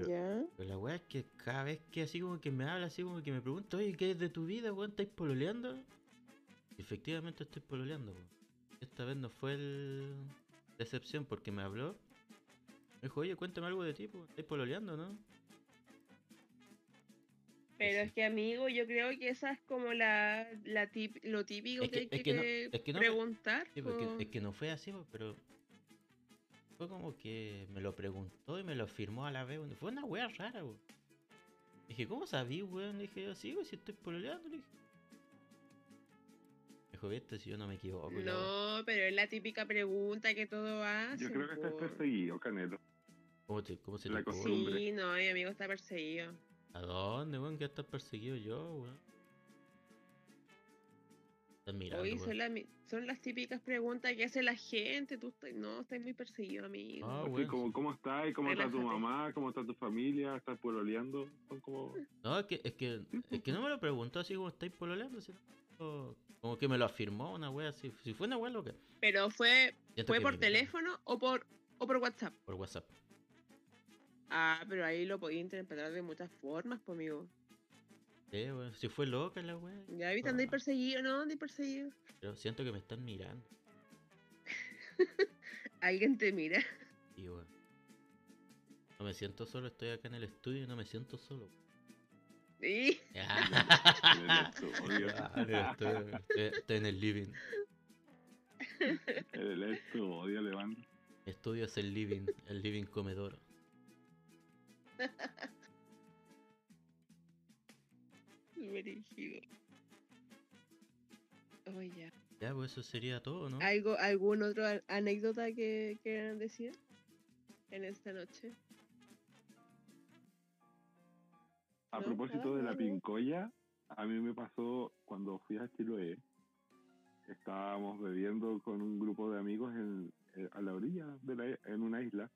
Speaker 2: Ya.
Speaker 1: Pero la weá es que cada vez que así como que me habla, así como que me pregunta, oye, ¿qué es de tu vida, weón? ¿Estáis pololeando? Efectivamente estoy pololeando, weón. Esta vez no fue el... decepción porque me habló. Me dijo, oye, cuéntame algo de ti, po. ¿Estáis pololeando, no?
Speaker 2: Pero es que, amigo, yo creo que esa es como la, la tip- lo típico
Speaker 1: Es
Speaker 2: que,
Speaker 1: que-
Speaker 2: hay
Speaker 1: es
Speaker 2: que,
Speaker 1: que no- es que no me-
Speaker 2: preguntar.
Speaker 1: Sí, porque
Speaker 2: po.
Speaker 1: es que no fue así, po, pero... Fue como que me lo preguntó y me lo firmó a la vez. weón. Fue una weá rara, weón. Dije, ¿cómo sabí, weón? Le dije, "Ah, sí, weón, si estoy pololeando, le dije. Me dijo, viste, si yo no me equivoco. y la weá".
Speaker 2: No, pero es la típica pregunta que todo hace.
Speaker 3: Yo creo que estás perseguido, Canelo.
Speaker 1: ¿Cómo, te- cómo se
Speaker 3: La
Speaker 1: te ocurre?
Speaker 3: costumbre.
Speaker 2: Sí, no, mi amigo está perseguido.
Speaker 1: ¿A dónde, weón? Que estás perseguido yo, weón. Estás mirando,
Speaker 2: Oye,
Speaker 1: weón.
Speaker 2: son, la mi- son las típicas preguntas que hace la gente. Tú estás- no, estás muy perseguido, amigo.
Speaker 1: Ah,
Speaker 3: Así
Speaker 1: weón.
Speaker 3: como, ¿Cómo estás? ¿Cómo está tu
Speaker 2: Relájate.
Speaker 3: mamá? ¿Cómo está tu familia? ¿Estás pololeando? Son como...
Speaker 1: No, es que, es que, es que no me lo preguntó así como estáis pololeando, sino como- como que me lo afirmó una wea así. Si fue una wea loca.
Speaker 2: Pero fue,
Speaker 1: Siento
Speaker 2: fue
Speaker 1: que
Speaker 2: por
Speaker 1: me engaña.
Speaker 2: teléfono o por, o por WhatsApp.
Speaker 1: Por WhatsApp.
Speaker 2: Ah, pero ahí lo podía interpretar de muchas formas, pues, amigo.
Speaker 1: Sí, weón. Si fue loca la wea.
Speaker 2: Ya viste, andáis
Speaker 1: Ah.
Speaker 2: perseguido, no, andáis perseguido.
Speaker 1: Pero siento que me están mirando.
Speaker 2: Alguien te mira.
Speaker 1: Y weón. No me siento solo, estoy acá en el estudio y no me siento solo. weón.
Speaker 2: Sí.
Speaker 3: el estudio.
Speaker 1: Ah, en el estudio, estoy- estoy en el living.
Speaker 3: El esto, odio Levante.
Speaker 1: Estudio es el living, el living comedor.
Speaker 2: Brígido. Oh, ya.
Speaker 1: Ya, pues eso sería todo, ¿no?
Speaker 2: ¿Algo, ¿Algún otro a- anécdota que quieran decir en esta noche?
Speaker 3: A
Speaker 2: No,
Speaker 3: propósito
Speaker 2: nada,
Speaker 3: de
Speaker 2: nada,
Speaker 3: la
Speaker 2: nada.
Speaker 3: pincoya, a mí me pasó cuando fui a Chiloé. Estábamos bebiendo con un grupo de amigos en, eh, a la orilla, de la, i- en una isla.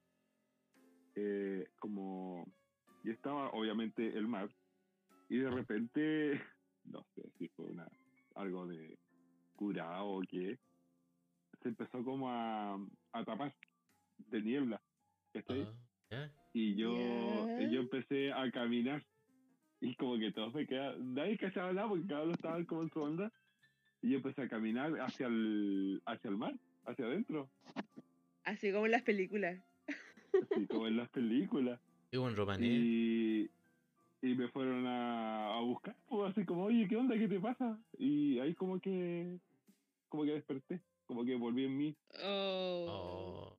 Speaker 3: Eh, como. Y estaba obviamente el mar. Y de repente, no sé si fue una, algo de curado o qué, se empezó como a, a tapar de niebla. ¿Cachai?
Speaker 1: Ah, ya.
Speaker 3: y yo,
Speaker 2: Ya.
Speaker 3: yo empecé a caminar y como que todos me quedaban, nadie cachaba nada porque cada uno estaba como en su onda y yo empecé a caminar hacia el, hacia el mar, hacia adentro,
Speaker 2: Así como en las películas.
Speaker 3: así como en las películas
Speaker 1: Vivo en Romané.
Speaker 3: y, y me fueron a, a buscar, pues, así como, oye, ¿qué onda? ¿Qué te pasa? Y ahí como que, como que desperté, como que volví en mí.
Speaker 2: Oh,
Speaker 1: Oh.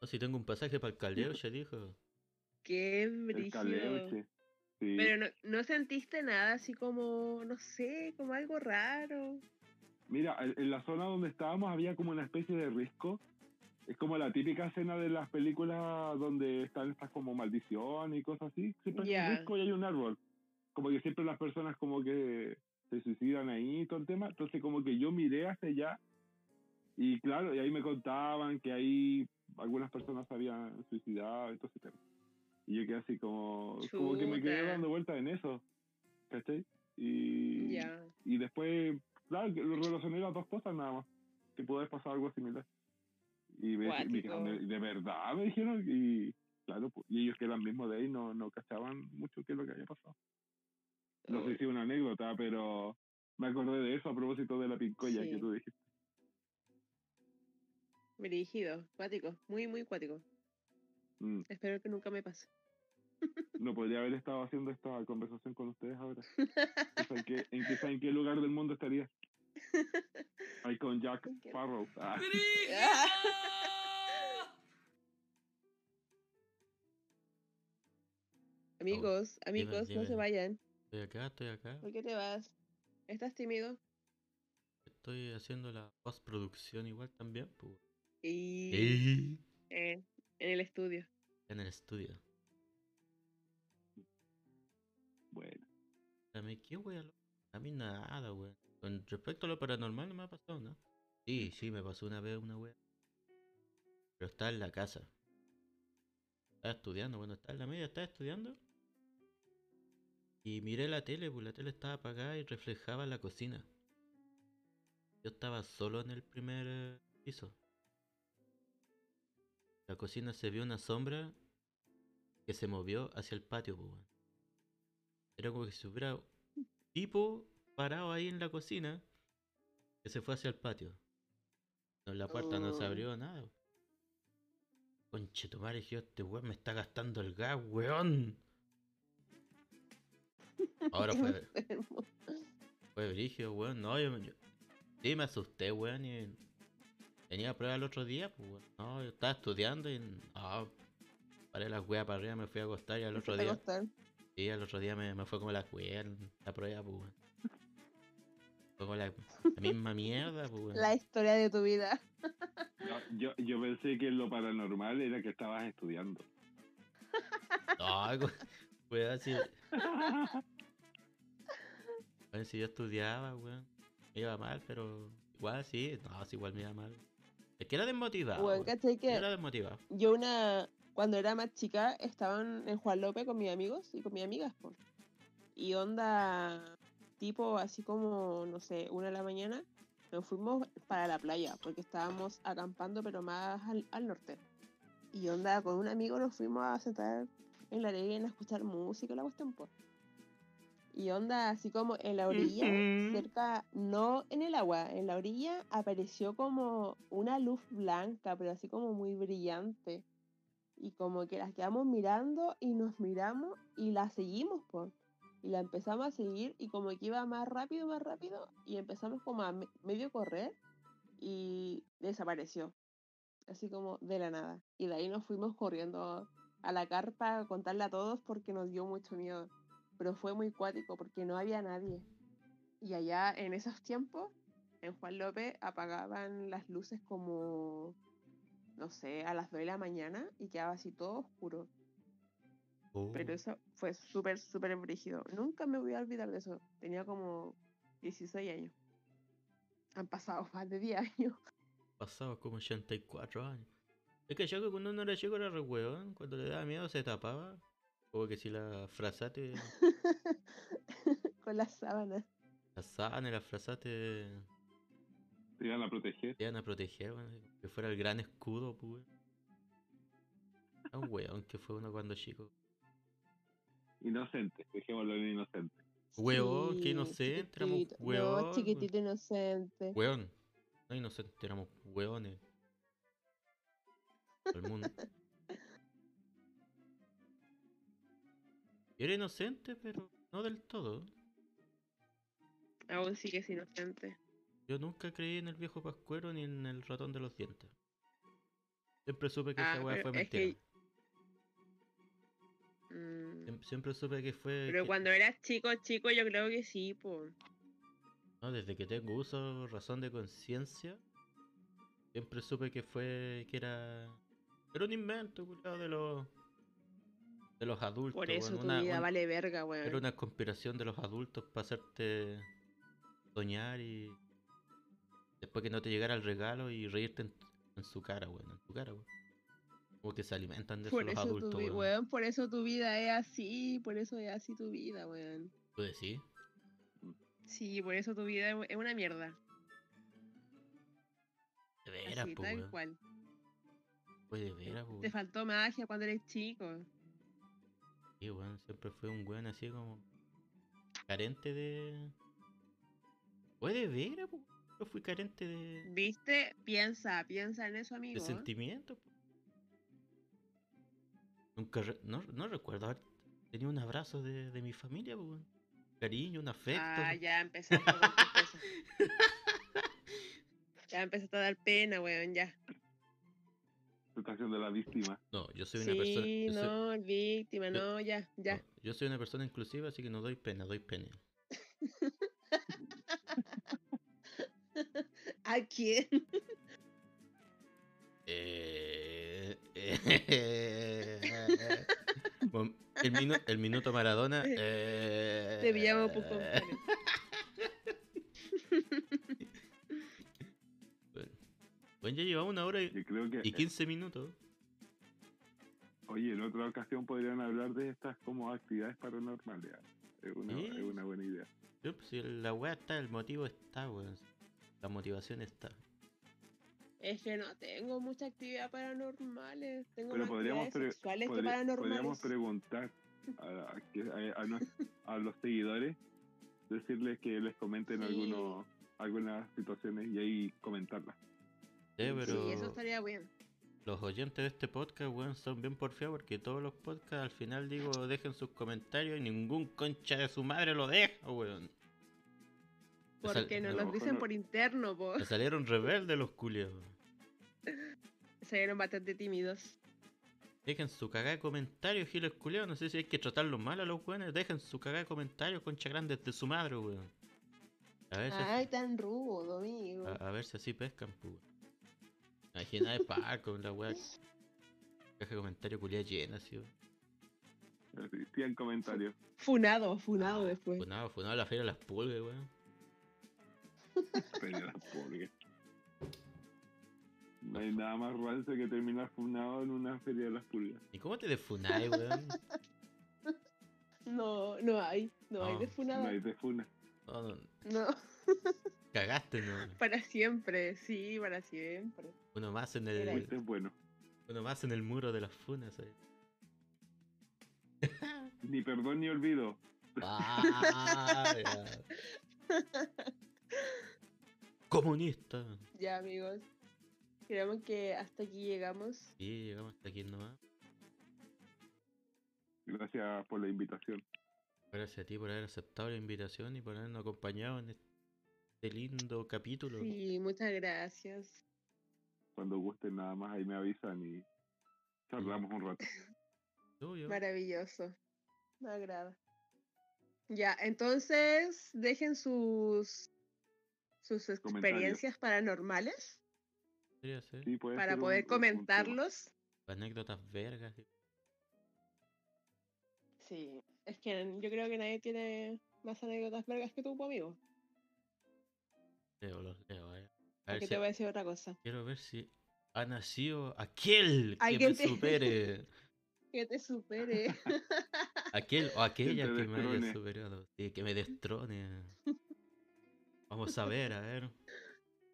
Speaker 1: No, si tengo un pasaje para el caldeo, ya dijo.
Speaker 2: qué
Speaker 3: El caleo,
Speaker 2: brillo.
Speaker 3: che. Sí.
Speaker 2: Pero no, no sentiste nada así como, no sé, como algo raro.
Speaker 3: Mira, en en la zona donde estábamos había como una especie de risco. Es como la típica escena de las películas donde están estas como maldiciones y cosas así. Siempre hay
Speaker 2: Ya.
Speaker 3: un risco y hay un árbol. Como que siempre las personas como que se suicidan ahí y todo el tema. Entonces como que yo miré hacia allá y claro, y ahí me contaban que ahí algunas personas se habían suicidado y todo ese tema. Y yo quedé así como... Como que me quedé
Speaker 2: Chuta.
Speaker 3: dando vueltas en eso. ¿Cachai? Y...
Speaker 2: Ya.
Speaker 3: Y después, claro, que lo relacioné las dos cosas nada más. Que pudo haber pasado algo similar. Y me, me
Speaker 2: Cuático.
Speaker 3: dijeron, de, de verdad me dijeron. Y claro, pues, y ellos que eran mismos de ahí no, no cachaban mucho qué es lo que había pasado. No
Speaker 2: Oh,
Speaker 3: sé si es una anécdota, pero me acordé de eso a propósito de la pincoya
Speaker 2: Sí.
Speaker 3: que tú dijiste.
Speaker 2: Brígido, cuático, muy, muy cuático.
Speaker 3: Mm,
Speaker 2: Espero que nunca me pase.
Speaker 3: No podría haber estado haciendo esta conversación con ustedes ahora. Quizá en qué, en, quizá en qué lugar del mundo estaría. Ahí con Jack
Speaker 2: ¿En qué-
Speaker 3: Sparrow. Ah,
Speaker 2: Amigos, amigos, no se
Speaker 1: llévenlo.
Speaker 2: vayan.
Speaker 1: Estoy acá, estoy acá.
Speaker 2: ¿Por qué te vas? ¿Estás tímido?
Speaker 1: Estoy haciendo la postproducción igual también. pues.
Speaker 2: Y...
Speaker 1: Ey,
Speaker 2: eh, en el estudio.
Speaker 1: En el estudio.
Speaker 3: bueno,
Speaker 1: A mí, ¿qué wea, loco? A mí nada, wea. Con respecto a lo paranormal no me ha pasado, ¿no? Sí, sí, me pasó una vez una wea. Pero estaba en la casa. Estaba estudiando, bueno, estaba en la media, estaba estudiando. Y miré la tele, pues la tele estaba apagada y reflejaba la cocina. Yo estaba solo en el primer eh, piso. La cocina se vio una sombra que se movió hacia el patio, pues, weón. Era como que si hubiera tipo parado ahí en la cocina que se fue hacia el patio. No, la puerta no se
Speaker 2: Oh.
Speaker 1: abrió nada. Conche tu madre, dije, este weón me está gastando el gas, weón. Ahora fue,
Speaker 2: Enfermo.
Speaker 1: fue brígido, weón. No, yo, yo- sí me asusté, weón. Y tenía prueba el otro día, pues, weón. No, yo estaba estudiando y. No, paré las weas para arriba, me fui a acostar y al otro
Speaker 2: Te va a
Speaker 1: día.
Speaker 2: costar.
Speaker 1: Sí, al otro día me, me fue como la cueva, la prueba, pues, weón. Fue como la, la misma mierda, pues, weón.
Speaker 2: La historia de tu vida.
Speaker 3: No, yo, yo pensé que lo paranormal era que estabas estudiando.
Speaker 1: No, güey, weón, si, weón, si yo estudiaba, weón. Me iba mal, pero igual sí, no, sí, igual me iba mal. Es que era desmotivado.
Speaker 2: Weón,
Speaker 1: weón.
Speaker 2: ¿cachai
Speaker 1: Yo
Speaker 2: que
Speaker 1: era desmotivado.
Speaker 2: yo una cuando era más chica estaban en Juan López con mis amigos y con mis amigas po. y onda tipo así como no sé una de la mañana nos fuimos para la playa porque estábamos acampando pero más al, al norte y onda con un amigo nos fuimos a sentar en la arena a escuchar música la cuestión po. y onda así como en la orilla cerca, no en el agua, en la orilla apareció como una luz blanca, pero así como muy brillante. Y como que las quedamos mirando y nos miramos y la seguimos, por. Y la empezamos a seguir y como que iba más rápido, más rápido y empezamos como a me- medio correr y desapareció. Así como de la nada. Y de ahí nos fuimos corriendo a la carpa a contarle a todos porque nos dio mucho miedo. Pero fue muy cuático porque no había nadie. Y allá en esos tiempos, en Juan López apagaban las luces como, no sé, a las 2 de la mañana y quedaba así todo oscuro.
Speaker 1: Oh,
Speaker 2: Pero eso fue súper, súper brígido. Nunca me voy a olvidar de eso. Tenía como 16 años. Han pasado más de 10 años.
Speaker 1: Pasaba como 84 años. Es que yo que cuando uno era chico era re weón. Cuando le daba miedo se tapaba. Como que si la frasaste.
Speaker 2: Con las sábanas.
Speaker 1: La sábana y la frasaste.
Speaker 3: Te iban a proteger.
Speaker 1: Te iban a proteger, weón. así como Que fuera el gran escudo, pues, weón. Era un weón que fue uno cuando chico.
Speaker 3: Inocente, dejémoslo en inocente.
Speaker 1: Huevón, qué inocente, éramos
Speaker 2: chiquitito.
Speaker 1: huevón,
Speaker 2: No,
Speaker 1: weón.
Speaker 2: chiquitito inocente.
Speaker 1: Weón. No inocentes, éramos weones. Todo el mundo. Yo era inocente, pero no del todo.
Speaker 2: Aún sí que es inocente.
Speaker 1: Yo nunca creí en el viejo pascuero ni en el ratón de los dientes. Siempre supe que
Speaker 2: Ah,
Speaker 1: esa weá
Speaker 2: pero
Speaker 1: fue
Speaker 2: es que-
Speaker 1: mentira.
Speaker 2: Mm,
Speaker 1: Siem- Siempre supe que fue.
Speaker 2: Pero
Speaker 1: que-
Speaker 2: cuando eras chico, chico, yo creo que sí, po.
Speaker 1: no, desde que tengo uso, razón de conciencia. Siempre supe que fue. que era. Era un invento, culiao, de los. de los adultos.
Speaker 2: Por
Speaker 1: weón,
Speaker 2: eso tu
Speaker 1: una-
Speaker 2: vida
Speaker 1: un-
Speaker 2: vale verga,
Speaker 1: Era
Speaker 2: weón.
Speaker 1: una conspiración de los adultos para hacerte soñar y después que no te llegara el regalo y reírte en, en su cara, weón, en tu cara, weón. Como que se alimentan de eso
Speaker 2: Por
Speaker 1: los
Speaker 2: eso,
Speaker 1: adultos,
Speaker 2: tu vi-
Speaker 1: weón.
Speaker 2: weón, por eso tu vida es así, por eso es así tu vida, weón.
Speaker 1: ¿Tú decís?
Speaker 2: Sí, por eso tu vida es- es una mierda.
Speaker 1: De veras,
Speaker 2: así,
Speaker 1: po,
Speaker 2: tal
Speaker 1: weón.
Speaker 2: cual.
Speaker 1: Oye, de veras, po,
Speaker 2: Te
Speaker 1: weón.
Speaker 2: faltó magia cuando eres chico.
Speaker 1: Sí, weón, Siempre fue un weón así como carente de... Oye, de veras, po. Yo fui carente de,
Speaker 2: ¿Viste? Piensa, piensa en eso,
Speaker 1: de
Speaker 2: amigo.
Speaker 1: sentimientos, po. Nunca, re- no, no recuerdo haber tenido un abrazo de, de mi familia, po, weón. Cariño, un afecto.
Speaker 2: Ah, ya empezaste con tus cosas. Ya empezaste a dar pena, weón, ya.
Speaker 3: Tú estás siendo la víctima.
Speaker 1: No, yo soy
Speaker 2: Sí,
Speaker 1: una persona. Yo soy,
Speaker 2: no, el víctima,
Speaker 1: yo-
Speaker 2: no, ya, ya.
Speaker 1: no, yo soy una persona inclusiva, así que no doy pena, doy pene.
Speaker 2: ¿A quién?
Speaker 1: Eh, eh, Mom- el, minu- el minuto Maradona. eh,
Speaker 2: Te llamo poco.
Speaker 1: Bueno, ya llevamos una hora y,
Speaker 3: Yo creo que.
Speaker 1: y 15 minutos.
Speaker 3: Oye, en otra ocasión podrían hablar de estas como actividades paranormales. ah. Es una,
Speaker 1: Sí.
Speaker 3: es una buena idea.
Speaker 1: Sí, pues, si la weá está, el motivo está, weón. La motivación está.
Speaker 2: Es que no tengo mucha actividad paranormal. Tengo
Speaker 3: Pero
Speaker 2: más
Speaker 3: podríamos pre-
Speaker 2: actividades sexuales que
Speaker 3: Podri-
Speaker 2: paranormales.
Speaker 3: podríamos preguntar a, a que- a- a nos- a los seguidores, decirles que les comenten
Speaker 2: Sí.
Speaker 3: algunos, algunas situaciones y ahí comentarlas.
Speaker 1: Sí,
Speaker 3: Sí,
Speaker 1: Eh, pero
Speaker 2: Sí, eso estaría bien.
Speaker 1: los oyentes de este podcast, weón, son bien porfiados porque todos los podcasts al final digo, dejen sus comentarios y ningún concha de su madre lo deja, weón. Me sal-
Speaker 2: Porque
Speaker 1: me-
Speaker 2: nos
Speaker 3: a lo
Speaker 2: lo
Speaker 3: mejor
Speaker 2: dicen
Speaker 3: no-
Speaker 2: por interno, po.
Speaker 1: Me salieron rebeldes los culiados.
Speaker 2: Se vieron bastante tímidos.
Speaker 1: Dejen su cagada de comentarios, giles culiados. No sé si hay que tratarlos mal a los weones. Dejen su cagada de comentarios, concha grande de su madre, weón. A ver si,
Speaker 2: Ay, tan rudo, amigo.
Speaker 1: a, a ver si así pescan, pues, weón. Imagina de Paco, la weá. Caja de comentarios culiada llena, sí, weón.
Speaker 3: Así, 100 comentarios.
Speaker 2: Funado, funado
Speaker 1: Ah,
Speaker 2: después.
Speaker 1: Funado, funado la feria de las pulgas, weón.
Speaker 3: Pero, pobre. No hay nada más rancio que terminar fundado en una feria de las pulgas.
Speaker 1: ¿Y cómo te defunai, weón?
Speaker 2: No, no hay. No, hay
Speaker 1: No,
Speaker 2: de
Speaker 3: No
Speaker 2: funado.
Speaker 3: hay de funa.
Speaker 1: No, no,
Speaker 2: No,
Speaker 1: cagaste, no.
Speaker 2: para siempre, sí, para siempre.
Speaker 1: Uno más en
Speaker 2: Era
Speaker 1: el.
Speaker 3: Fuiste bueno.
Speaker 1: Uno más en el muro de las funas, eh.
Speaker 3: Ni perdón ni olvido.
Speaker 1: Ah, ya. Comunista.
Speaker 2: Ya, amigos. Creemos que hasta aquí llegamos.
Speaker 1: Sí, llegamos hasta aquí nomás.
Speaker 3: Gracias por la invitación.
Speaker 1: Gracias a ti por haber aceptado la invitación y por habernos acompañado en este lindo capítulo.
Speaker 2: Sí, muchas gracias.
Speaker 3: Cuando gusten nada más, ahí me avisan y charlamos un rato.
Speaker 1: Tuyo.
Speaker 2: Maravilloso. Me agrada. Ya, entonces dejen sus sus
Speaker 3: Comentarios.
Speaker 2: experiencias paranormales
Speaker 1: Podría ser.
Speaker 3: Sí, puede
Speaker 2: para
Speaker 3: ser un-
Speaker 2: poder
Speaker 3: un- un tema.
Speaker 2: comentarlos.
Speaker 1: Anécdotas vergas. eh,
Speaker 2: Sí, es que yo creo que nadie tiene más anécdotas vergas que tú, po, amigo.
Speaker 1: Leo, los leo, eh. A ver
Speaker 2: Porque
Speaker 1: si-
Speaker 2: te voy a decir otra cosa.
Speaker 1: Quiero ver si ha nacido aquel que
Speaker 2: Alguien
Speaker 1: me
Speaker 2: te-
Speaker 1: supere.
Speaker 2: Que te supere.
Speaker 1: Aquel o aquella
Speaker 3: te
Speaker 1: que me haya
Speaker 3: destrone.
Speaker 1: superado. Sí, que me destrone. Vamos a ver, a ver.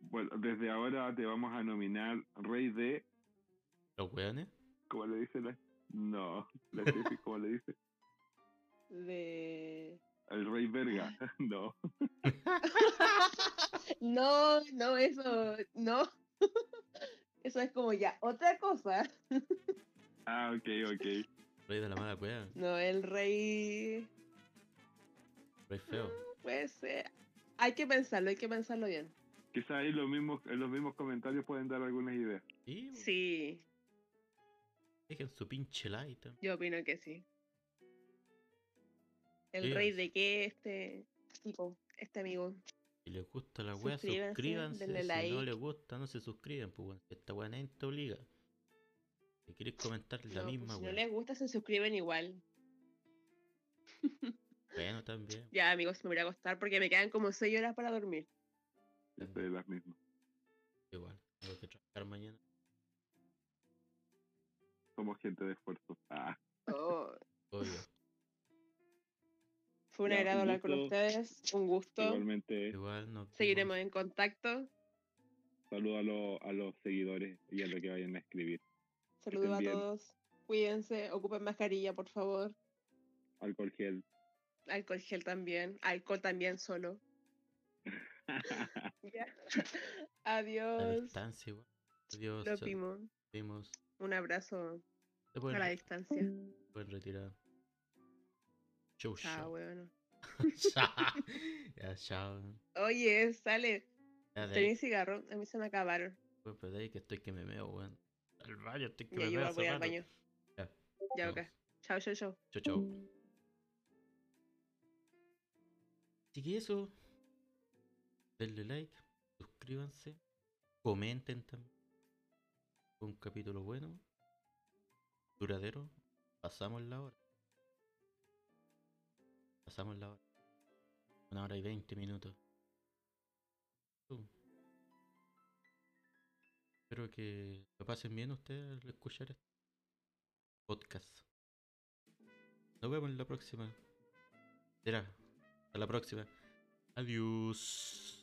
Speaker 3: Bueno, desde ahora te vamos a nominar rey de,
Speaker 1: ¿Los weones?
Speaker 3: como le dice la... No, la Steffi, como le dice,
Speaker 2: De.
Speaker 3: el rey verga. No,
Speaker 2: No, no, eso, no. Eso es como ya otra cosa.
Speaker 3: ah, ok, ok.
Speaker 1: Rey de la mala cueva.
Speaker 2: No, el rey.
Speaker 1: Rey feo.
Speaker 2: Pues. eh, hay que pensarlo, hay que pensarlo bien.
Speaker 3: Quizás ahí los mismos, en los mismos comentarios pueden dar algunas ideas.
Speaker 1: Sí,
Speaker 2: Sí,
Speaker 1: dejen su pinche like.
Speaker 2: yo opino que sí. El
Speaker 1: Sí.
Speaker 2: rey de qué este tipo, este amigo.
Speaker 1: Si les gusta la weá,
Speaker 2: Suscríbanse,
Speaker 1: suscríbanse.
Speaker 2: denle
Speaker 1: si no
Speaker 2: like.
Speaker 1: les gusta, no se suscriban, pues weón. Esta weá nadie te obliga. Si quieres comentar la
Speaker 2: No, pues,
Speaker 1: misma
Speaker 2: si no
Speaker 1: weá.
Speaker 2: les gusta, se suscriben igual.
Speaker 1: Bueno, también.
Speaker 2: Ya, amigos, me voy a ir a acostar porque me quedan como 6 horas para dormir.
Speaker 3: Este es las mismas.
Speaker 1: Igual. Tengo que trabajar mañana.
Speaker 3: Somos gente de esfuerzo. Ah,
Speaker 2: Oh,
Speaker 1: Obvio.
Speaker 2: fue un
Speaker 3: Ya, un
Speaker 2: agrado hablar con
Speaker 3: gusto.
Speaker 2: ustedes. Un gusto.
Speaker 3: igualmente,
Speaker 1: Igual nos
Speaker 2: Seguiremos
Speaker 1: vemos.
Speaker 2: en contacto.
Speaker 3: saludo a, los- a los seguidores y a los que vayan a escribir.
Speaker 2: Saludos a
Speaker 3: estén bien.
Speaker 2: todos. Cuídense, ocupen mascarilla, por favor.
Speaker 3: Alcohol gel.
Speaker 2: Alcohol gel también. Alcohol también solo. Ya.
Speaker 1: A
Speaker 2: Adiós.
Speaker 1: distancia, igual. Adiós.
Speaker 2: Lo
Speaker 1: chao,
Speaker 2: vimos.
Speaker 1: nos vemos.
Speaker 2: Un abrazo
Speaker 1: Se
Speaker 2: a la
Speaker 1: pueden,
Speaker 2: distancia.
Speaker 1: se pueden retirar. Chau,
Speaker 2: Chao,
Speaker 1: chau.
Speaker 2: weón.
Speaker 1: ya, chao.
Speaker 2: Oye, sale.
Speaker 1: Ya de ahí,
Speaker 2: Tenéis cigarro. A mí se me acabaron.
Speaker 1: weón, pero de ahí que estoy que me meo, weón. Al baño estoy que
Speaker 2: Ya
Speaker 1: me
Speaker 2: yo
Speaker 1: meo.
Speaker 2: voy a
Speaker 1: hace
Speaker 2: ir al
Speaker 1: rato.
Speaker 2: baño.
Speaker 1: Ya,
Speaker 2: Ya,
Speaker 1: nos
Speaker 2: ok.
Speaker 1: vemos.
Speaker 2: Chao, chao, chao.
Speaker 1: Chau, chau. Así que eso. Denle like, suscríbanse, comenten también. Fue un capítulo bueno, duradero. Pasamos la hora. Pasamos la hora. Una hora y veinte minutos. Uh. Espero que lo pasen bien ustedes al escuchar este podcast. Nos vemos en la próxima. Será. Hasta la próxima. Adiós.